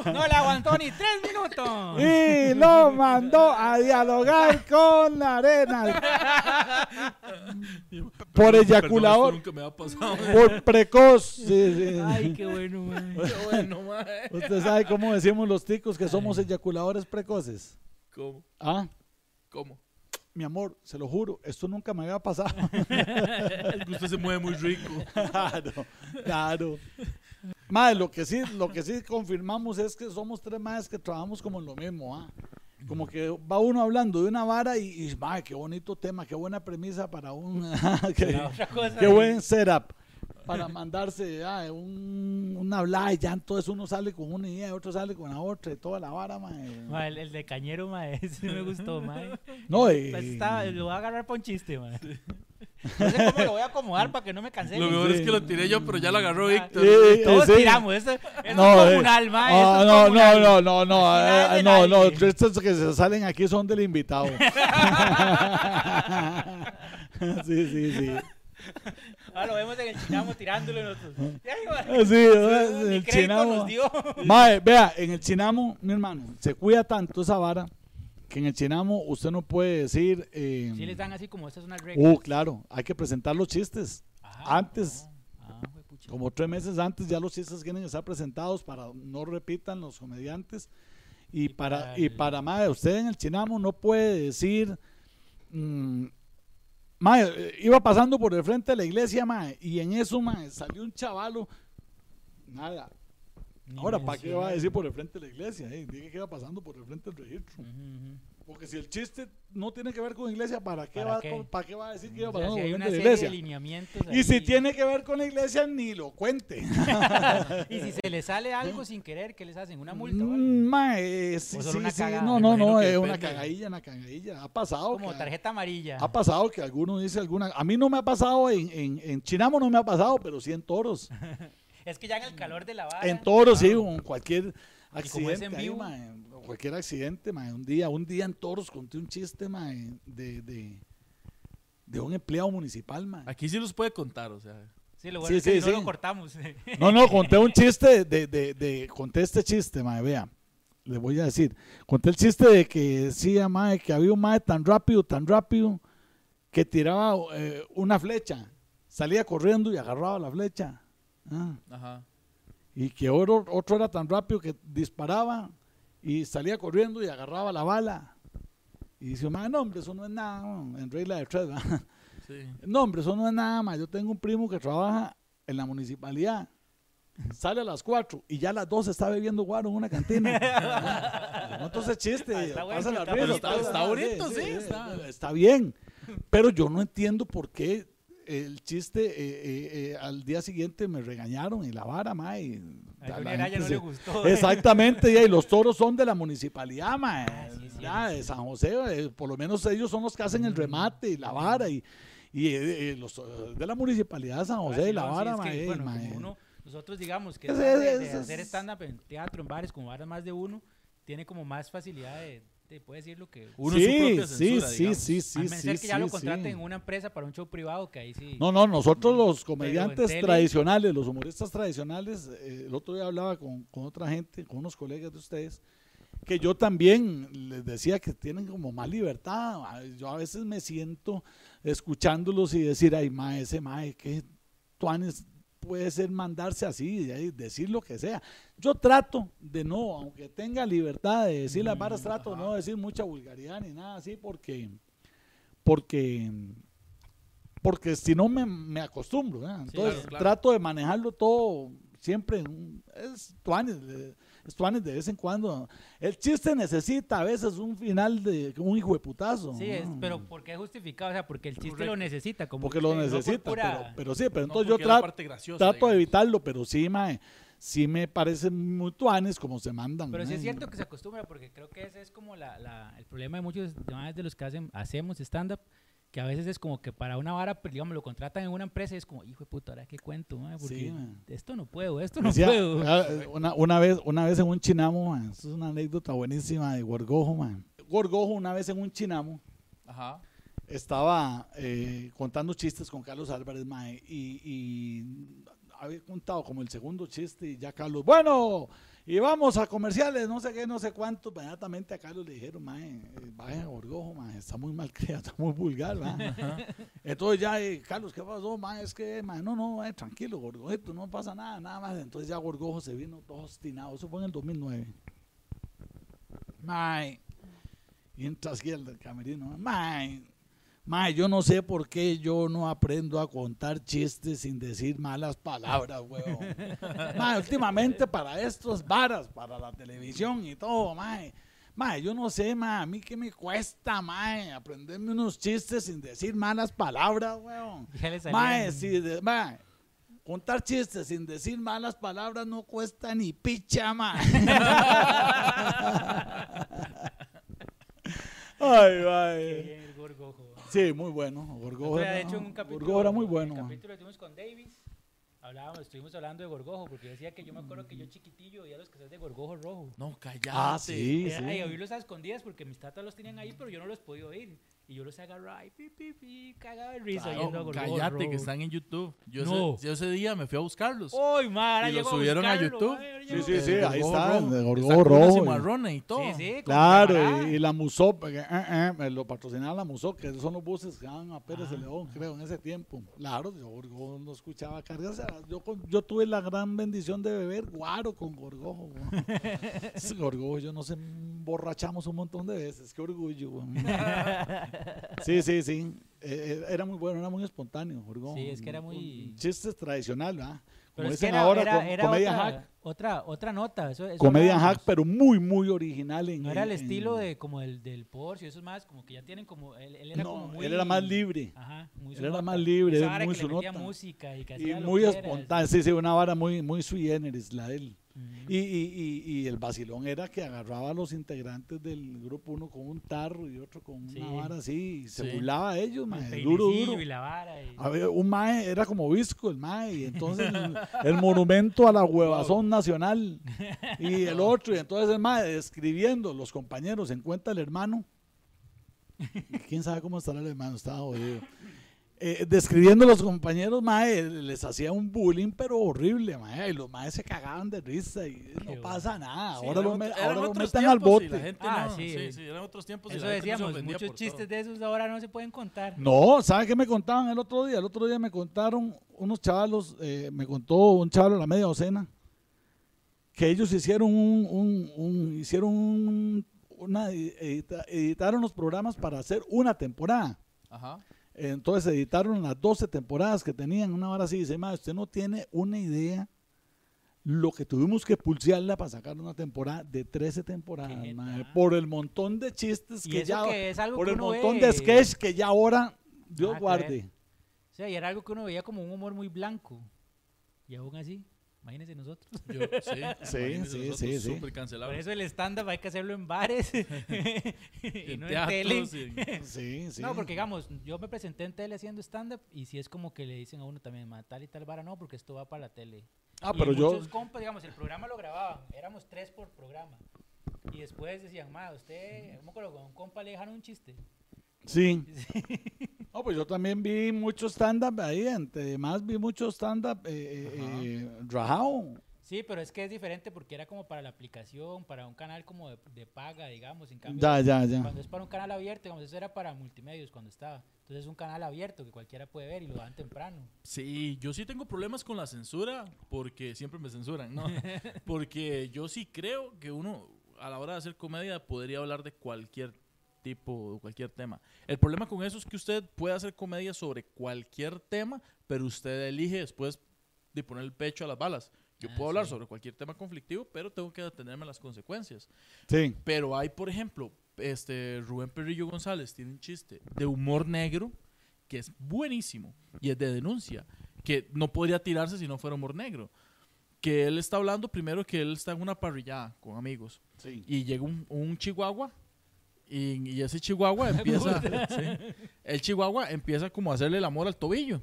No la aguantó ni tres minutos. Y lo mandó a dialogar con la arena. Por eyaculador. Perdón, esto nunca me ha pasado. Por precoz. sí, sí. Ay, qué bueno, man. Qué bueno, eh. mae. Usted sabe cómo decimos los ticos que somos eyaculadores precoces. ¿Cómo? Ah, ¿Cómo? mi amor, se lo juro, esto nunca me había pasado. Es que usted se mueve muy rico. claro, claro. Madre, lo que sí, lo que sí confirmamos es que somos tres madres que trabajamos como en lo mismo, ah. Como que va uno hablando de una vara y, y madre, qué bonito tema, qué buena premisa para un ah, qué, Otra cosa. qué buen setup para mandarse ah, un, una hablada y ya entonces uno sale con una idea, otro sale con la otra y toda la vara, madre. Ma, el, el de Cañero, ma, ese me gustó, ma. No, y- Pues estaba- lo voy a agarrar para un chiste, ma. No sé cómo lo voy a acomodar para que no me cancele. Lo mejor sí. es que lo tiré yo, pero ya lo agarró Víctor. Eh, Todos eh, sí. tiramos, esto, esto No, es eh. comunal, ma. Ah, esto es no, comunal. no, no, no, no, Aquí nada eh, es no, del no, aire. estos que se salen aquí son del invitado. sí, sí, sí. Ahora Ah, lo vemos en el chinamo tirándolo nosotros. Ya, ma, Ah, Sí, ni eh, el crédito chinamo. nos dio. Mae, vea, en el chinamo, mi hermano, se cuida tanto esa vara que en el chinamo usted no puede decir. eh, Sí les dan así como, esta es una regla. uh, claro, hay que presentar los chistes. Ah, antes. no. Ah, juepucha. Como tres meses antes ya los chistes tienen que estar presentados para no repitan los comediantes. Y, para, para y el- para madre, usted en el Chinamo no puede decir, mm, mae, eh, iba pasando por el frente de la iglesia, mae, y en eso, mae, salió un chavalo, nada. Ni Ahora, ¿para qué va a mencionar. decir por el frente de la iglesia? Eh? Dije que iba pasando por el frente del registro. Ujú, ujú. Porque si el chiste no tiene que ver con iglesia, ¿para qué, ¿Para va, qué? con- ¿para qué va a decir que iba O sea, pasando si por hay el una frente de serie la iglesia? de lineamientos. Y si ahí. tiene que ver con la iglesia, ni lo cuente. Y si se les sale algo sin querer, ¿qué les hacen? ¿Una multa? o algo? Mm, mae, eh, sí, solo sí, una sí, cagada? No, Me no, no, imagino que es una depende. cagadilla, una cagadilla. Ha pasado. Como que- tarjeta amarilla. Ha pasado que alguno dice alguna. A mí no me ha pasado, en, en, en Chinamo no me ha pasado, pero sí en toros. Es que ya en el calor de la vara. En toros, sí, con cualquier Ah. como es accidente. en ahí, vivo. mae, cualquier accidente, mae, un día, un día en toros conté un chiste, mae, de, de, de un empleado municipal, man. Aquí sí los puede contar, o sea. Sí, lo bueno Sí, es que sí, no sí. lo cortamos. No, no, conté un chiste de, de, de- conté este chiste, mae, vea. Le voy a decir. Conté el chiste de que decía, mae, que había un mae tan rápido, tan rápido, que tiraba eh, una flecha. Salía corriendo y agarraba la flecha. Ah, Ajá. y que otro, otro era tan rápido que disparaba y salía corriendo y agarraba la bala. Y dice, mae, no, hombre, eso no es nada, no, en regla de tres, ¿verdad? Sí. No, hombre, eso no es nada más. Yo tengo un primo que trabaja en la municipalidad. Sale a las 4 y ya a las 2 está bebiendo guaro en una cantina. no, entonces chiste. Ah, está bueno, pásala está arriba, bonito, pásala, está bonito, sí, Está, está- está bien. Pero yo no entiendo por qué el chiste eh, eh, eh, al día siguiente me regañaron y la vara, ma. y A la Johnny gente Araya no se- le gustó. Exactamente, ya, y los toros son de la municipalidad, ma, Ah, sí, sí, Mm. ya, de San José, eh, por lo menos ellos son los que hacen el remate y la vara, y, y, eh, eh, los eh, de la municipalidad de San Ah, José sí, y la no, sí, vara, es ma, que, eh, bueno, ma, como eh. uno- nosotros digamos que Ese- de- de, ese- hacer es- stand-up en teatro, en bares, como varas más de uno, tiene como más facilidad de, de puede decir lo que... Uno sí, es su sí, propia censura, sí, digamos. sí, sí, al sí, menos que ya sí, lo sí. contraten en una empresa para un show privado, que ahí sí... No, no, nosotros los en comediantes tele- tradicionales, los humoristas tradicionales, eh, el otro día hablaba con, con otra gente, con unos colegas de ustedes, que yo también les decía que tienen como más libertad. A- Yo a veces me siento escuchándolos y decir, ay, ma, ese ma, que tuanes puede ser mandarse así, y ahí decir lo que sea. Yo trato de no, aunque tenga libertad de decir las Mm, varas, trato de ajá. no decir mucha vulgaridad ni nada así, porque, porque, porque si no me, me acostumbro. ¿verdad? Sí, Entonces claro, claro. trato de manejarlo todo siempre. en un- Es tuanes, de- es tuanes de vez en cuando. El chiste necesita a veces un final de un hijo de putazo. Sí, es, ¿no? pero ¿por qué es justificado? O sea, porque el chiste Correcto. lo necesita. Como porque lo no por necesita. pura- pero, pero sí, pero No, entonces yo porque es la trato parte graciosa, trato de digamos. evitarlo, pero sí, mae, sí me parecen muy tuanes como se mandan. Pero sí mae. es cierto que se acostumbra, porque creo que ese es como la, la- el problema de muchos demás de los que hacen, hacemos stand-up, que a veces es como que para una vara, pues, digamos, lo contratan en una empresa y es como, hijo de puta, ahora qué cuento, mae? porque Sí, mae. esto no puedo, esto no Decía, puedo. ah, una, una vez, una vez en un chinamo, mae, eso es una anécdota buenísima de Gorgojo, mae. Gorgojo una vez en un chinamo Ajá. estaba eh, contando chistes con Carlos Álvarez, mae, y, y había contado como el segundo chiste y ya Carlos, bueno, y vamos a comerciales, no sé qué, no sé cuánto, inmediatamente a Carlos le dijeron, mae, eh, vaya Gorgojo, mae, está muy mal criado, está muy vulgar, mae. Entonces ya, eh, Carlos, ¿qué pasó? Ma, es que, ma, no, no, eh, tranquilo, Gorgojito, no pasa nada, nada más. Entonces ya Gorgojo se vino todo obstinado. Eso fue en el 2009. Mae. Y entra aquí el camerino. Mae. Mae, yo no sé por qué yo no aprendo a contar chistes sin decir malas palabras, huevón. Mae, últimamente para estas varas, para la televisión y todo, mae. Mae, yo no sé, mae, a mí que me cuesta, mae, aprenderme unos chistes sin decir malas palabras, huevón. Ya le salieron. Mae, si de- mae, contar chistes sin decir malas palabras no cuesta ni picha, mae. Ay, Qué mae. bien el gorgojo. Sí, muy bueno. Gorgojo Nosotros, era, de hecho, en un capítulo, Gorgojo era muy en bueno. El mae. capítulo que tuvimos con Davis, hablábamos, estuvimos hablando de gorgojo, porque yo decía que yo me acuerdo que yo chiquitillo veía los que son de gorgojo rojo. No, callate. Ah, sí, Era- Y sí. oírlos a escondidas porque mis tatas los tenían ahí, pero yo no los podía oír. Y yo los agarraba y pi, pi, pi, cagaba de risa No, oyendo a gorgojo. callate, rojo. que están en YouTube. Yo, No. ese, yo ese día me fui a buscarlos. Uy, madre, Y lo subieron a YouTube. Sí, Oh, sí, sí, ahí Gorgojo está, rojo. de gorgojo Está con una rojo y- cimarrona y todo. Sí, ah, sí, Claro, y, y la Musop, porque, eh, eh, me lo patrocinaba la Musop, que son los buses que van a Pérez de Ah. León, creo, en ese tiempo. Claro, yo Gorgojo no escuchaba cargas. Yo, con- yo tuve la gran bendición de beber guaro con Gorgojo. weón. Ese Gorgojo, yo nos emborrachamos un montón de veces. Qué orgullo, weón. Sí, sí, sí. Eh, eh, era muy bueno, era muy espontáneo, Gorgojo. Sí, es que era muy- Chistes tradicional, ¿verdad? Como Pero es que dicen era, ahora, era- com- era comedia otra, hack. Otra, otra nota. Eso, eso Comedia hablábamos. hack, pero muy, muy original. En, No era el en- estilo de, como el del Porcio, eso es más, como que ya tienen como. Él, él era no, como muy. él era más libre. Ajá, muy Él su era nota. más libre, Esa vara muy que su le metía nota. música y que Y hacía lo muy que era. espontánea, sí, sí, una vara muy, muy sui generis la de él. Ujú. Y, y- y- y el vacilón era que agarraba a los integrantes del grupo, uno con un tarro y otro con Sí. una vara así, y se Sí. burlaba de ellos, El mae, duro, peinecillo duro. Y la vara. y- A ver, un mae era como visco el mae, y entonces el, el monumento a la huevazón nacional, y el otro, y entonces el mae describiendo los compañeros en cuenta el hermano, y quién sabe cómo estará el hermano, estaba jodido. eh, describiendo a los compañeros, mae, les hacía un bullying, pero horrible, mae, y los maes se cagaban de risa y bueno. no pasa nada. Sí, ahora eran lo, ot- me- eran ahora lo otros meten al tiempos y bote. la gente Ah, no, sí. sí. sí, eran otros tiempos. y Pues Eso la gente no se decíamos, ofendía muchos por todo. chistes de esos ahora no se pueden contar. No, ¿sabes qué me contaban el otro día? El otro día me contaron unos chavalos, eh, me contó un chaval a la media docena, que ellos hicieron un, un- un- hicieron un- una, edita- editaron los programas para hacer una temporada. Ajá. Entonces editaron las 12 temporadas que tenían, una hora así, dice, "Ma, usted no tiene una idea lo que tuvimos que pulsearla para sacar una temporada de 13 temporadas, ¿Qué madre, tal? por el montón de chistes Y que eso ya, que es algo por que el uno montón ve. de sketch que ya ahora, Dios Ah, guarde. O sea, y era algo que uno veía como un humor muy blanco. Y aún así, imagínense nosotros. Yo, sí, Sí, imagínense sí, nosotros, sí, sí. Súper Por cancelable. eso el stand-up hay que hacerlo en bares y En no en tele. teatros, en- Sí, sí. No, porque digamos, yo me presenté en tele haciendo stand-up y si es como que le dicen a uno también, "Ma, tal y tal vara, no, porque esto va para la tele. ah, Y pero yo, muchos compas, digamos, el programa lo grababan, éramos tres por programa. Y después decían, ma, usted, ¿cómo con un compa le dejaron un chiste? sí. No, pues yo también vi mucho stand-up ahí, además vi mucho stand-up eh, eh, Ajá. eh, rajado. Sí, pero es que es diferente porque era como para la aplicación, para un canal como de, de paga, digamos. En cambio, Ya, ya, ya. cuando es para un canal abierto, digamos, eso era para multimedios cuando estaba. Entonces es un canal abierto que cualquiera puede ver y lo dan temprano. Sí, yo sí tengo problemas con la censura porque siempre me censuran, ¿no? porque yo sí creo que uno a la hora de hacer comedia podría hablar de cualquier tipo, de cualquier tema. El problema con eso es que usted puede hacer comedia sobre cualquier tema, pero usted elige después de poner el pecho a las balas. Yo Ah, puedo hablar sí. sobre cualquier tema conflictivo, pero tengo que detenerme a las consecuencias. Sí. Pero hay, por ejemplo, este Rubén Perrillo González tiene un chiste de humor negro que es buenísimo y es de denuncia, que no podría tirarse si no fuera humor negro. Que él está hablando primero que él está en una parrillada con amigos Sí. y llega un, un chihuahua y, y ese chihuahua empieza sí, el chihuahua empieza como a hacerle el amor al tobillo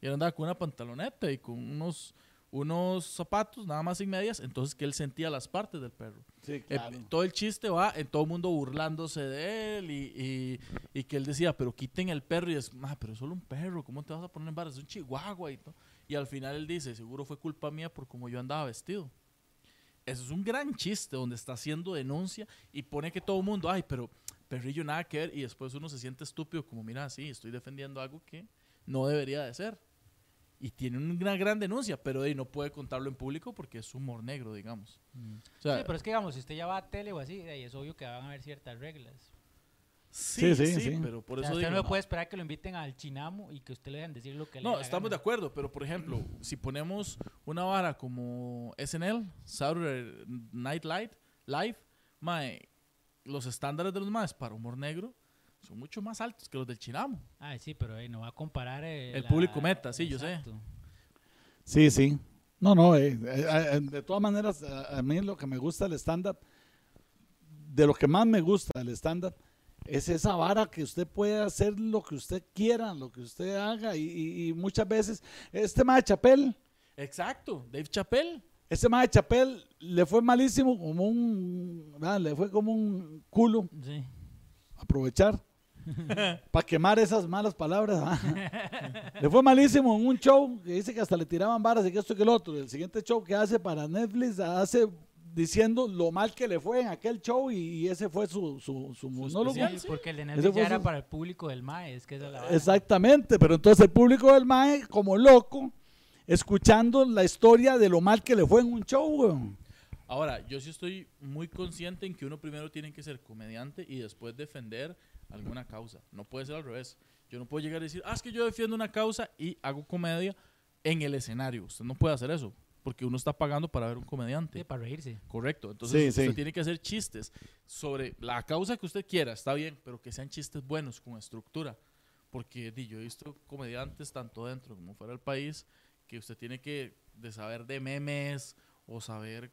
y él andaba con una pantaloneta y con unos unos zapatos nada más sin medias entonces que él sentía las partes del perro Sí, eh, claro. todo el chiste va en todo el mundo burlándose de él y, y- y que él decía, pero quiten el perro y es, "Ma, pero es solo un perro, ¿cómo te vas a poner en barras? Es un chihuahua y todo. Y al final él dice, seguro fue culpa mía por cómo yo andaba vestido. Eso es un gran chiste donde está haciendo denuncia y pone que todo el mundo, ay, pero perrillo nada que ver y después uno se siente estúpido como, mira, sí, estoy defendiendo algo que no debería de ser. Y tiene una gran denuncia, pero ahí no puede contarlo en público porque es humor negro, digamos. O sea, sí, pero es que digamos, si usted ya va a tele o así, de ahí es obvio que van a haber ciertas reglas. Sí, sí, Sí, sí, sí, sí. pero por O sea, eso usted digo, no no, puede esperar que lo inviten al chinamo y que usted le dejen decir lo que le dé no, la estamos de gana. acuerdo, pero por ejemplo, si ponemos una vara como SNL, Saturday Night Light, Live, mae, los estándares de los más para humor negro son mucho más altos que los del Chinamo. Ah, sí, pero eh, no va a comparar eh, El público meta, sí, yo sé. Sí, sí. No, no, eh, eh, eh, de todas maneras, a, a mí lo que me gusta del stand-up, de lo que más me gusta del stand-up, es esa vara que usted puede hacer lo que usted quiera, lo que usted haga, y, y- y muchas veces, este más de Chapel, Exacto, Dave Chappelle. este más de Chapel le fue malísimo, como un, ¿verdad? le fue como un culo Sí. aprovechar para quemar esas malas palabras. ¿ah? le fue malísimo en un show que dice que hasta le tiraban varas y que esto y que el otro. El siguiente show que hace para Netflix hace diciendo lo mal que le fue en aquel show y, y ese fue su, su, su monólogo. Pues especial. sí. porque el de Ese Netflix fue ya era su- para el público del MAE, es que esa es la vara. Exactamente, pero entonces el público del MAE como loco escuchando la historia de lo mal que le fue en un show, weón. Ahora, yo sí estoy muy consciente en que uno primero tiene que ser comediante y después defender alguna causa. No puede ser al revés. Yo no puedo llegar a decir, ah, es que yo defiendo una causa y hago comedia en el escenario. Usted no puede hacer eso, porque uno está pagando para ver un comediante. Sí, para reírse. Correcto. Entonces Sí, usted sí. tiene que hacer chistes sobre la causa que usted quiera, está bien, pero que sean chistes buenos, con estructura. Porque di, yo he visto comediantes tanto dentro como fuera del país que usted tiene que de saber de memes o saber,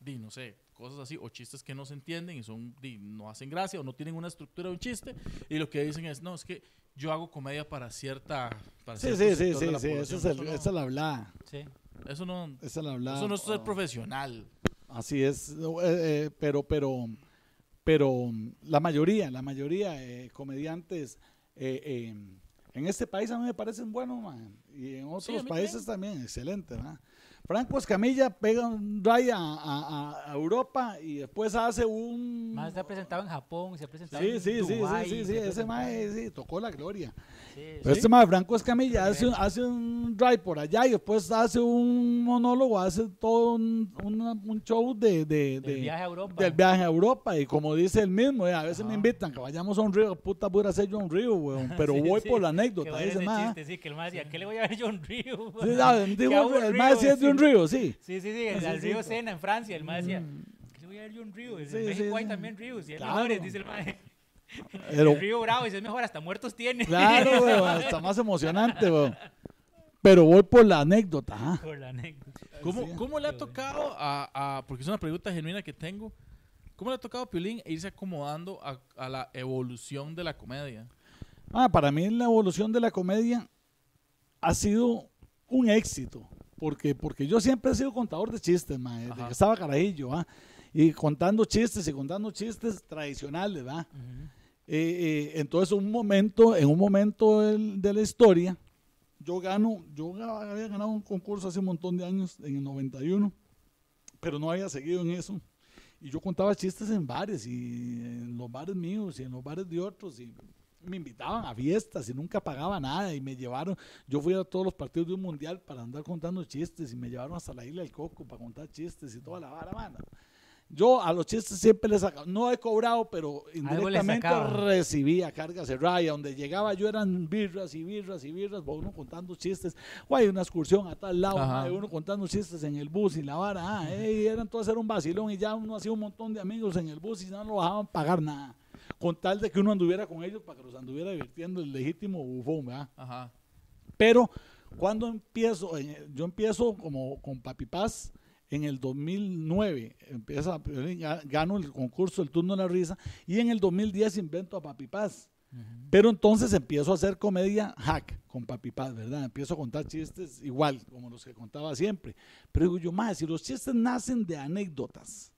di, no sé, cosas así, o chistes que no se entienden y son, di, no hacen gracia o no tienen una estructura de un chiste. Y lo que dicen es, no, es que yo hago comedia para cierta... Para Sí, cierto sí, sí, pues, sector sí, de la sí, esa es, población". el- Eso no- esa es la hablada. Sí. Eso no... Esa es la hablada. Eso no es ser Oh. profesional. Así es, no, eh, eh, pero, pero, pero mm, la mayoría, la mayoría eh, comediantes eh, eh, En este país a mí me parecen buenos, man. Y en otros Sí, a mí países también, excelente, ¿verdad? Franco Escamilla pega un drive a, a- a- a Europa y después hace un... Más se ha presentado en Japón, se ha presentado Sí, en sí, sí, sí, Dubái, sí, se sí, ha ese presentado- mae sí, tocó la gloria. Sí, Pero Sí. Este mae Franco Escamilla Otro hace, un- hace un drive por allá y después hace un monólogo, hace todo un, una- un show de, de- del de- viaje a Europa. del viaje a Europa. Y como dice él mismo, eh, a veces me Ajá. invitan que vayamos a un río, puta, voy a ir a hacer yo a un río, weón, pero Sí, voy sí, por la que anécdota. bueno Dice, ese "Ma, chiste, sí, que el más decía, ¿qué le voy a ver yo a un río? Sí, no, digo, Que a un el río, mae sí es de un sí. río, sí. Sí, sí, sí, el, Sí, al sí, río sí. Mm. Sena en Francia, el más decía, ¿qué le voy a ver yo a un río? Sí, en México sí, hay sí. también ríos, y hay Claro. mejores, dice el más. Pero, El río Bravo, dice, es mejor, hasta muertos tiene. claro, weón, está más emocionante, weón. Pero voy por la anécdota, ajá. Por la anécdota. ¿Cómo, Sí. cómo le ha Qué bueno. tocado a, a- Porque es una pregunta genuina que tengo. ¿Cómo le ha tocado a Piolín irse acomodando a, a la evolución de la comedia? Ah, para mí la evolución de la comedia ha sido un éxito, porque, porque yo siempre he sido contador de chistes, ma, desde Ajá. que estaba carajillo, ¿ah? y contando chistes y contando chistes tradicionales, ¿va? Eh, eh, entonces, un momento, en un momento del- de la historia, yo gano, yo ga- había ganado un concurso hace un montón de años, en el 91, pero no había seguido en eso. Y yo contaba chistes en bares, y en los bares míos, y en los bares de otros, y me invitaban a fiestas y nunca pagaba nada, y me llevaron, yo fui a todos los partidos de un mundial para andar contando chistes, y me llevaron hasta la isla del Coco para contar chistes y toda la vara, mano. Yo a los chistes siempre les sacaba, no he cobrado, pero indirectamente sacaba. recibía carga cerrada, y a donde llegaba yo eran birras y birras y birras, uno contando chistes, güey, una excursión a tal lado, Ajá. mae, uno contando chistes en el bus y la vara, ah, ey, eran todos era un vacilón y ya uno hacía un montón de amigos en el bus y ya no lo dejaban pagar nada, con tal de que uno anduviera con ellos para que los anduviera divirtiendo el legítimo bufón, ¿verdad? Ajá. Pero cuando empiezo, eh, yo empiezo como con Papi Paz en el 2009, empieza, ga- gano el concurso El Turno de la Risa y en el 2010 invento a Papi Paz. Pero entonces empiezo a hacer comedia hack con Papi Paz, ¿verdad? Empiezo a contar chistes igual, como los que contaba siempre. Pero digo yo, más, si los chistes nacen de anécdotas,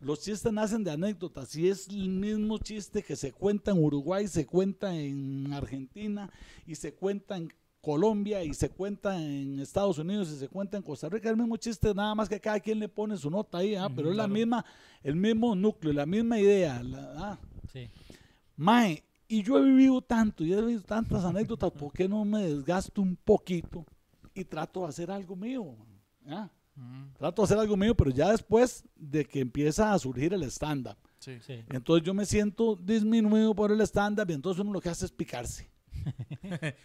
los chistes nacen de anécdotas, y es el mismo chiste que se cuenta en Uruguay, se cuenta en Argentina, y se cuenta en Colombia, y se cuenta en Estados Unidos, y se cuenta en Costa Rica, el mismo chiste, nada más que cada quien le pone su nota ahí, ¿ah? Ujú, pero es la claro. misma, el mismo núcleo, la misma idea, la- ah. Sí. Mae, y yo he vivido tanto, y he vivido tantas anécdotas, ¿por qué no me desgasto un poquito y trato de hacer algo mío? ¿Ah? Ujú. Trato de hacer algo mío, pero ya después de que empieza a surgir el stand-up. Sí. Sí. Entonces yo me siento disminuido por el stand-up y entonces uno lo que hace es picarse.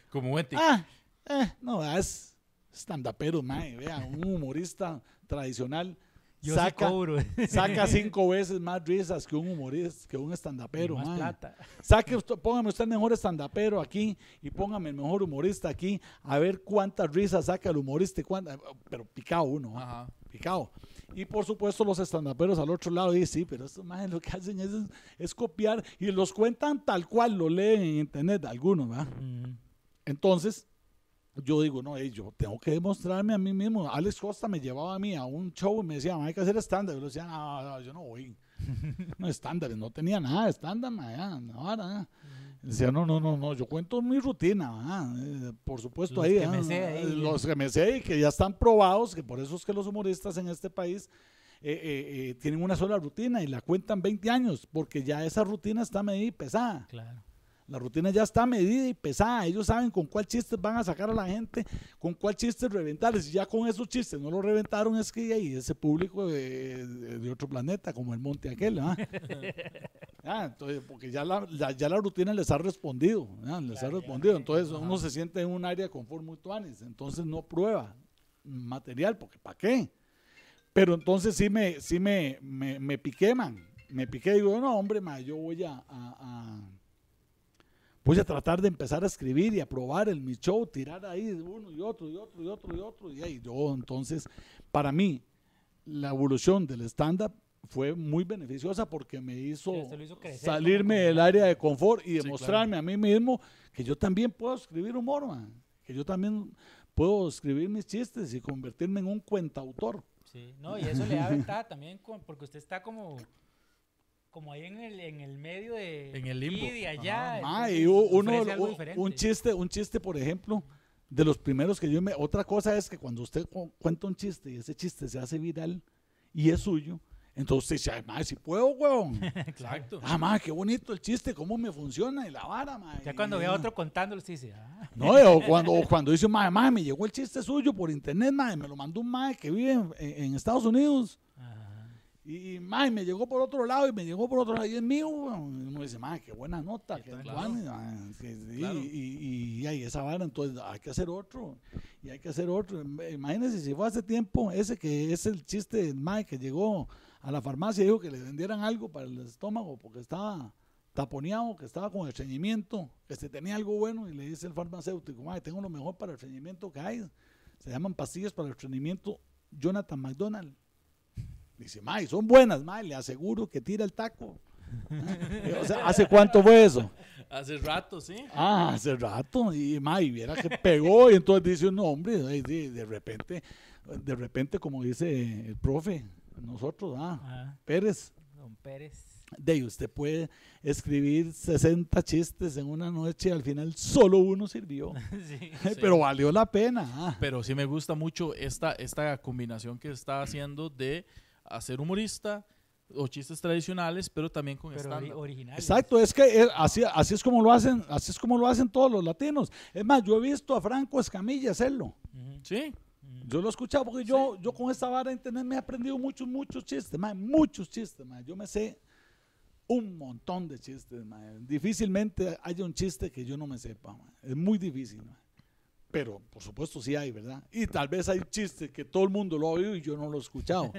Como buen tic. Ah, eh, no, es stand-upero, mae, vea, un humorista tradicional Yo saca, sí cobro. saca cinco veces más risas que un humorista, que un stand-upero, Y más mae. plata. Saque usted, póngame usted el mejor estandapero aquí y póngame el mejor humorista aquí, a ver cuántas risas saca el humorista y cuántas, pero picado uno, ah, Ajá. picado. Y por supuesto los estandaperos al otro lado dicen, sí, pero estos más lo que hacen es, es copiar y los cuentan tal cual lo leen en internet algunos, ¿verdad? Ujú. Entonces, yo digo, no, ey, yo tengo que demostrarme a mí mismo. Alex Costa me llevaba a mí a un show y me decía, "Ma, hay que hacer estándar. Yo le decía, no, no, yo no voy. No, estándares, no tenía nada, de estándar, ma, ya, no, ahora, ah". Decía, no, no, no, no, yo cuento mi rutina, ah, eh, por supuesto, Los ahí, que me ah, sé ahí. los que me sé y que ya están probados, que por eso es que los humoristas en este país eh, eh, eh, tienen una sola rutina y la cuentan 20 años, porque ya esa rutina está medida y pesada. Claro. La rutina ya está medida y pesada. Ellos saben con cuál chistes van a sacar a la gente, con cuál chistes reventarles. Y ya con esos chistes no lo reventaron, es que ahí ese público de, de otro planeta, como el monte aquel. ¿ah? Ah, entonces, porque ya la, la- ya la rutina les ha respondido. ¿ah? Les ha Claro, ya, respondido. sí. Entonces Ajá. uno se siente en un área con formutuanes. Entonces no prueba material, porque ¿para qué? Pero entonces sí me, sí me, me, me piqué, man. Me piqué digo, no, hombre, ma, yo voy a, a- a- voy a tratar de empezar a escribir y a probar el mi show, tirar ahí de uno y otro y otro y otro y otro. Y ahí yo, entonces, para mí, la evolución del stand-up fue muy beneficiosa porque me hizo, Sí, usted lo hizo crecer como salirme del comediante. área de confort y claro. demostrarme a mí mismo que yo también puedo escribir humor, man. Que yo también puedo escribir mis chistes y convertirme en un cuentautor. Sí. No, y eso le da ventaja también con- porque usted está como como ahí en el, en el medio de En el limbo. aquí, de allá. Ah, entonces, y u- uno, ofrece algo u- diferente. un chiste, un chiste, por ejemplo, de los primeros que yo me... Otra cosa es que cuando usted cu- cuenta un chiste y ese chiste se hace viral y es suyo, entonces usted dice, "Ay, mae, si puedo, huevón. Exacto. Ah, mae, qué bonito el chiste, cómo me funciona y la vara, mae. Ya cuando ve a Y- otro contándolo, sí dice, ah, No, o cuando, o cuando dice, mae, mae, me llegó el chiste suyo por internet, mae, me lo mandó un mae que vive en, en- en Estados Unidos. ajá. Y, mae, me llegó por otro lado y me llegó por otro lado y es mío. weón. Y uno dice, mae, qué buena nota. Y qué claro. guane, mae, que sí, Claro. Y, y, y hay esa vara, entonces hay que hacer otro. Y hay que hacer otro. Imagínense si fue hace tiempo ese que es el chiste del mae que llegó a la farmacia y dijo que le vendieran algo para el estómago porque estaba taponeado, que estaba con estreñimiento, que se tenía algo bueno y le dice el farmacéutico, mae, tengo lo mejor para el estreñimiento que hay. Se llaman pastillas para el estreñimiento Jonathan McDonald. Dice, mae, son buenas, mae, le aseguro que tira el taco. o sea, ¿hace cuánto fue eso? Hace rato, sí. Ah, hace rato, y mae, y viera que pegó, y entonces dice un hombre, ay, sí, de repente, de repente, como dice el profe, nosotros, ah, Ah, Pérez, don Pérez. de ahí usted puede escribir 60 chistes en una noche, al final solo uno sirvió, sí. pero valió la pena. ah. Pero sí me gusta mucho esta, esta combinación que está haciendo de hacer humorista o chistes tradicionales, pero también con Pero ori- stand original. Exacto, es que eh, así, así es como lo hacen, así es como lo hacen todos los latinos. Es más, yo he visto a Franco Escamilla hacerlo. Ujú. Sí, Yo lo he escuchado porque yo, yo con esta vara de internet me he aprendido muchos, muchos chistes, mae, muchos chistes, mae. Yo me sé un montón de chistes, mae. Difícilmente haya un chiste que yo no me sepa, mae. Es muy difícil, mae. Pero, por supuesto, sí hay, ¿verdad? Y tal vez hay chistes que todo el mundo lo ha oído y yo no lo he escuchado.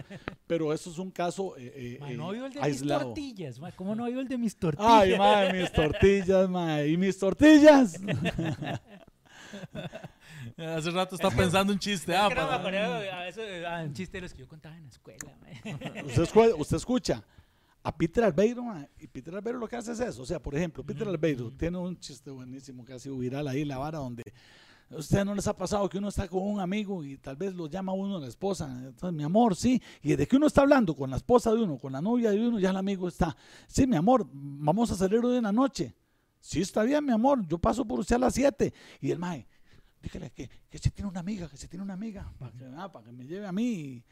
Pero eso es un caso eh, eh, Ma, no eh, vio el de mis aislado. tortillas, ma, ¿Cómo no vio el de mis tortillas? Ay, mae, mis tortillas, mae. ¿Y mis tortillas? hace rato está pensando un chiste. Ah, Es que no me para- acordaba, a eso, ah, un chiste de los que yo contaba en la escuela, ma. Usted, escu- usted escucha a Peter Albeiro, ma, y Peter Albeiro lo que hace es eso. O sea, por ejemplo, Peter Albeiro tiene un chiste buenísimo que ha sido viral ahí en la vara donde a ustedes no les ha pasado que uno está con un amigo y tal vez lo llama uno a la esposa. Entonces, mi amor, sí. Y desde que uno está hablando con la esposa de uno, con la novia de uno, ya el amigo está. Sí, mi amor, vamos a salir hoy en la noche. Sí, está bien, mi amor. Yo paso por usted a las 7. Y el mae, dígale que, que se tiene una amiga, que se tiene una amiga, para que, ah, para que me lleve a mí. Y,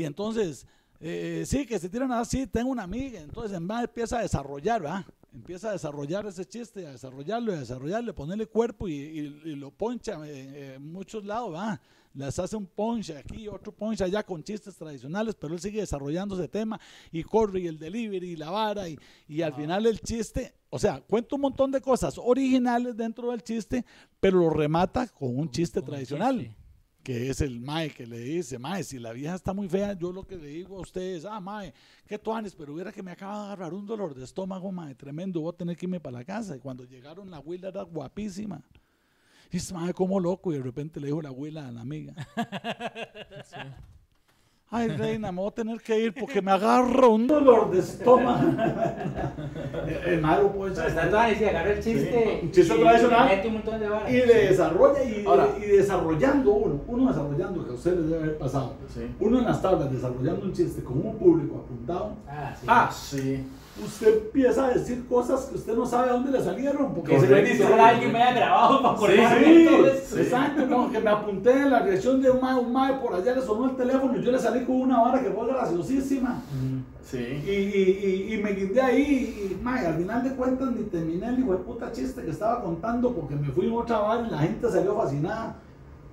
y entonces, eh, sí, que se tiene una, sí, tengo una amiga. Entonces, el mae empieza a desarrollar, ¿verdad? Empieza a desarrollar ese chiste, a desarrollarlo, a desarrollarle, ponerle cuerpo y, y- y lo poncha eh, en muchos lados, ¿verdad? Las hace un ponche aquí, otro ponche allá con chistes tradicionales, pero él sigue desarrollando ese tema y corre y el delivery y la vara y, y al final el chiste, o sea, cuenta un montón de cosas originales dentro del chiste, pero lo remata con un chiste Con el tradicional chiste. que es el mae que le dice, mae, si la vieja está muy fea, yo lo que le digo a ustedes, ah, mae, qué tuanes, pero hubiera que me acaba de agarrar un dolor de estómago, mae, tremendo, voy a tener que irme para la casa. Y cuando llegaron, la abuela era guapísima. Y dice, mae, como loco, y de repente le dijo la abuela a la amiga. Ay, reina, me voy a tener que ir porque me agarro un dolor de estómago. el, malo pues se agarra el chiste Un chiste y tradicional. le mete un montón de varas. y le desarrolla y, Ahora. y desarrollando uno, uno desarrollando que a ustedes les debe haber pasado. Sí. Uno en las tablas desarrollando un chiste con un público apuntado. Ah, sí. Ah, Sí. usted empieza a decir cosas que usted no sabe a dónde le salieron. Porque Que se usted ven y dice, se Ojalá alguien me haya grabado para acordarme Sí, entonces. exacto, como que me apunté en la reacción de un mae, un mae por allá le sonó el teléfono y yo le salí con una vara que fue graciosísima. Sí. Y, y, y, y me guindé ahí y, mae, al final de cuentas ni terminé el hijo de puta chiste que estaba contando porque me fui en otra vara y la gente salió fascinada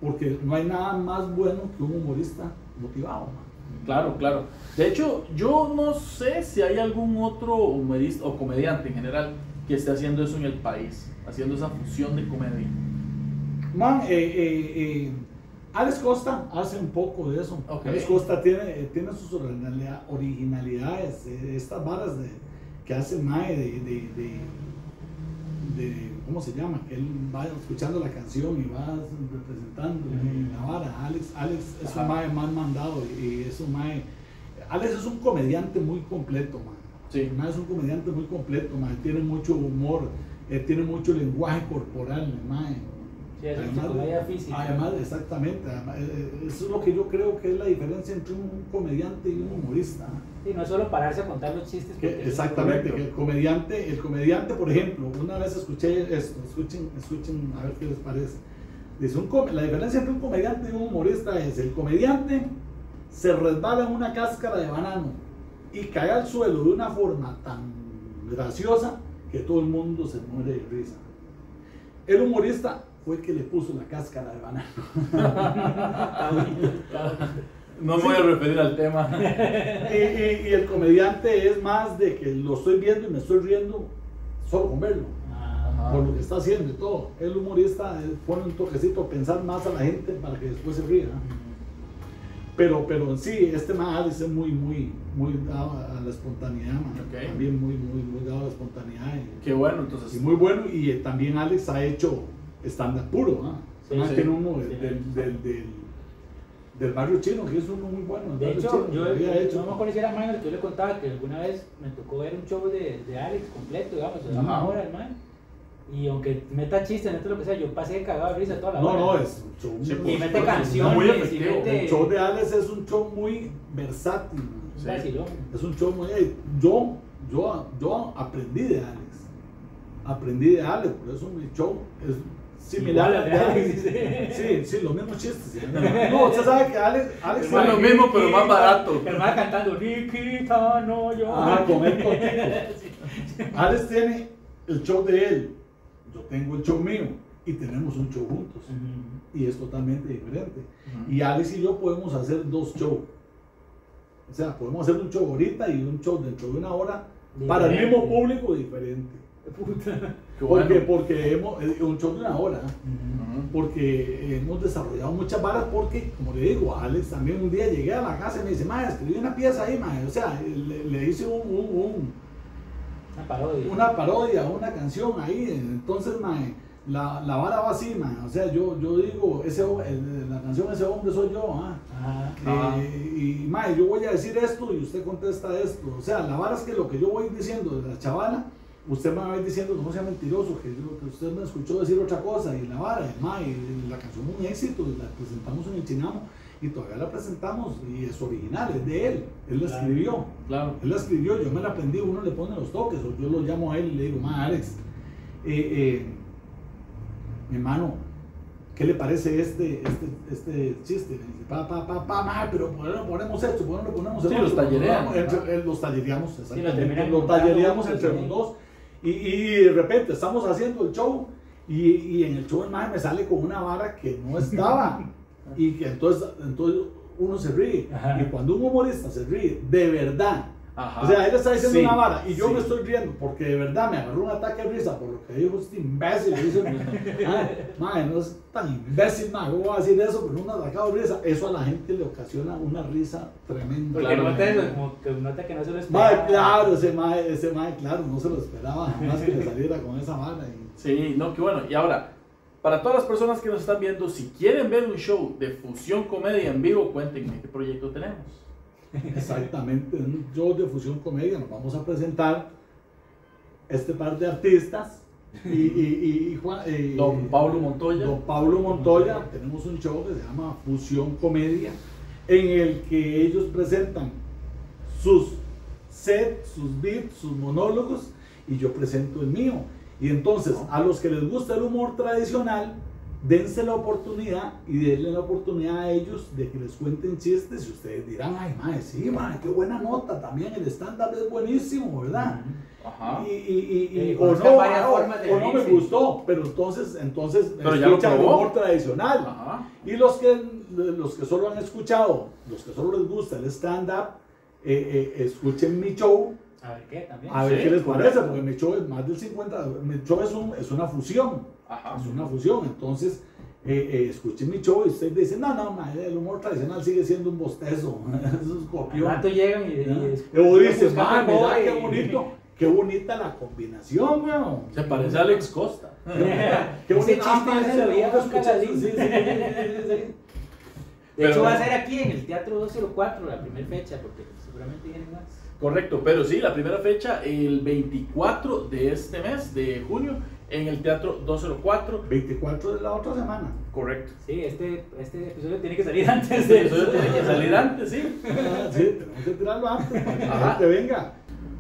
porque no hay nada más bueno que un humorista motivado. mae. Claro, claro. De hecho, yo no sé si hay algún otro humorista o comediante en general que esté haciendo eso en el país, haciendo esa fusión de comedia. Man, eh, eh, eh, Alex Costa hace un poco de eso. Ok. Alex Costa tiene, eh, tiene sus originalidad- originalidades, eh, estas varas de, que hace el Mae de, de, de- de- ¿Cómo se llama? Que él va escuchando la canción y va representando eh, la vara. Alex, Alex es un Ajá. Mae más mandado y, y es un Mae. Alex es un comediante muy completo, man. Sí. El mae es un comediante muy completo, mae, tiene mucho humor, eh, tiene mucho lenguaje corporal, el mae. Sí, es Además de- comedia física. Además, exactamente. además, eh, eh, eso es lo que yo creo que es la diferencia entre un, un comediante y un humorista. Sí, no es solo pararse a contar los chistes. Que- porque- exactamente, que el comediante, el comediante, por ejemplo, una vez escuché esto, escuchen, escuchen a ver qué les parece. Dice, un come- la diferencia entre un comediante y un humorista es, el comediante se resbala en una cáscara de banano y cae al suelo de una forma tan graciosa que todo el mundo se muere de risa. El humorista fue el que le puso la cáscara de banano. No me voy a referir al tema. y, y- y el comediante es más de que lo estoy viendo y me estoy riendo solo con verlo, Ah, por lo que está haciendo y todo. El humorista eh, pone un toquecito a pensar más a la gente para que después se ría. ¿no? Pero, pero en sí, este más es muy, muy, muy dado a a la espontaneidad, man. Ok. también muy, muy, muy dado a la espontaneidad. y- Qué bueno, Y entonces. muy bueno, y eh, también Alex ha hecho estándar puro. ¿no? Sí, Más sí. que uno del, Sí. del, del, del, del barrio chino, que es uno muy bueno. el De barrio hecho, chino, yo que había hecho. no me acuerdo si era Manuel que yo le contaba que alguna vez me tocó ver un show de, de Alex completo, digamos, de una Ajá. hora, hermano. Y aunque meta chistes, meta lo que sea, yo pasé cagado de risa toda la No, hora. no, es un show Sí, pues. muy- Y por mete supuesto, canciones, muy y efectivo. mete- El show de Alex es un show muy versátil. man. Un Sí. vacilón. Es un show muy. eh, Yo, yo, yo aprendí de Alex. Aprendí de Alex, por eso mi show es similar al Igual al de de Alex. Alex. Sí, sí, los mismos chistes. sí. No, usted sabe que Alex. Alex Es lo mismo, pero más barato. Hermano cantando, Nikita, no yo. Ah, con él, con él. Alex tiene el show de él. Yo tengo el show mío. Y tenemos un show juntos. Y es totalmente diferente. Y Alex y yo podemos hacer dos shows. O sea, podemos hacer un show ahorita y un show dentro de una hora para el mismo Diferente. público diferente. Puta. Qué Porque, bueno. porque hemos, eh, un show de una hora, ¿eh? Ujú. porque hemos desarrollado muchas varas porque, como le digo, a Alex también un día llegué a la casa y me dice, ma, escribí una pieza ahí, ma. O sea, le, le hice un- un- Una un- parodia. una parodia, una canción ahí. Entonces, ma, la, la vara va así, ma. O sea, yo, yo digo, ese, ho- el- la canción Ese Hombre Soy Yo, ah. Ajá. Ajá. Eh, y mae, yo voy a decir esto y usted contesta esto. O sea, la vara es que lo que yo voy diciendo de la chavala, usted me va a ir diciendo no sea mentiroso, que, yo- que usted me escuchó decir otra cosa. Y la vara, y, mae, y la canción un éxito, y la presentamos en el Chinamo y todavía la presentamos y es original, es de él, él la Claro. escribió. Claro. Él la escribió, yo me la aprendí, uno le pone los toques, o yo lo llamo a él y le digo, ma, Alex, eh, eh, mi hermano, ¿qué le parece este, este, este chiste? Me dice, pa, pa, pa, pa, ma, pero ¿por qué no ponemos esto? ¿Por qué no ponemos Sí, el otro? Pues los tallerean, Entre- eh, Los tallereamos, exactamente. terminan los tallereamos juntando, entre sí. los dos. Y, y de repente estamos haciendo el show y, y en el show el ma me sale con una vara que no estaba. y que entonces, entonces uno se ríe. Ajá. Y cuando un humorista se ríe, de verdad, Ajá. o sea, él está diciendo Ah, Sí, una vara y yo sí. me estoy riendo porque de verdad me agarró un ataque de risa por lo que dijo este imbécil. Y dice, "Mae, mae, no es tan imbécil, mae, ¿cómo va a decir eso? Pero un atacado de risa. Eso a la gente le ocasiona una risa tremenda. Porque Claro. nota eso, como que nota que no se lo espera. Mae, claro, ese mae, ese mae, claro, no se lo esperaba jamás que le saliera con esa vara. y- Sí, no, qué bueno. Y ahora, para todas las personas que nos están viendo, si quieren ver un show de fusión comedia en vivo, cuéntenme qué proyecto tenemos. Exactamente, en un show de fusión comedia nos vamos a presentar este par de artistas y, y, y- y Juan- eh, Don Pablo Montoya. Don Pablo Montoya, tenemos un show que se llama Fusión Comedia, en el que ellos presentan sus sets, sus beats, sus monólogos, y yo presento el mío. Y entonces, a los que les gusta el humor tradicional, dense la oportunidad y denle la oportunidad a ellos de que les cuenten chistes y ustedes dirán, ay, madre, sí, madre, qué buena nota también, el stand-up es buenísimo, ¿verdad? Ajá. y, y- y- y- Eh, o no, conozcan varias ah, o- formas de o no me reírse. gustó, pero entonces, entonces Pero ya lo escuchan el probó. humor tradicional. Ah. Ajá. Y los que, los que solo han escuchado, los que solo les gusta el stand-up, eh, eh, escuchen mi show, A ver qué también. a ver Sí, qué les correcto. parece, porque mi show es más del 50, mi show es, un- es una fusión, Ajá. es una fusión, entonces... eh, eh, escuchen mi show y ustedes dicen, no, no, ma, el humor tradicional sigue siendo un bostezo, eso es Al copión. rato llegan y, ¿verdad? y Y vos dices, buscan "Ma, otro mira, y- qué bonito, qué bonita la combinación, weón. Se parece a Alex Costa. Qué Ese bonito. Ah, chiste yo se lo vi a nunca Oscar escuché Lalín. eso, sí, De Pero- hecho va a ser aquí en el Teatro 204 la primera fecha porque seguramente vienen más. Correcto, pero sí, la primera fecha, el 24 de este mes, de junio, en el Teatro 204. 24 de la otra semana. Correcto. Sí, este, este episodio tiene que salir antes Este de episodio tiene que salir antes, sí. Ah, sí, tenemos que tirarlo antes para que la Ajá. gente venga.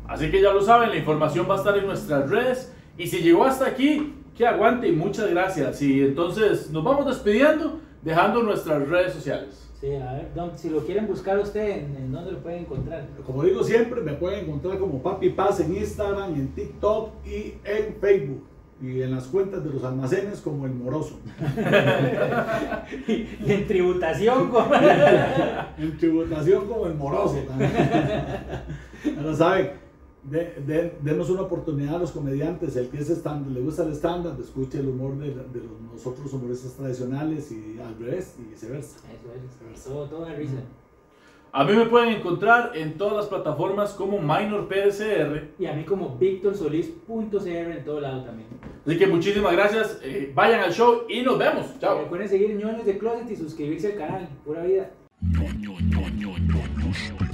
Así que ya lo saben, la información va a estar en nuestras redes. Y si llegó hasta aquí, que aguante y muchas gracias. Y entonces nos vamos despidiendo dejando nuestras redes sociales. Sí, a ver, don, si lo quieren buscar usted, ¿en, en dónde lo pueden encontrar? Como digo siempre, me pueden encontrar como Papi Paz en Instagram, en TikTok y en Facebook. Y en las cuentas de los almacenes como El Moroso. Y en tributación, con... En tributación como El Moroso. también. Ahora saben, de- de- denos una oportunidad a los comediantes. El que es stand, le gusta el stand-up, escuche el humor de, la- de los, nosotros humoristas tradicionales y al revés y viceversa. Eso es, todo, todo de risa. A mí me pueden encontrar en todas las plataformas como Minor PSR. Y a mí como victorsolis.cr en todo lado también. Así que muchísimas gracias. eh, vayan al show y nos vemos. Chao. Recuerden seguir Ñoños de Closet y suscribirse al canal. Pura vida. Ñoños, Ñoños, Ñoños,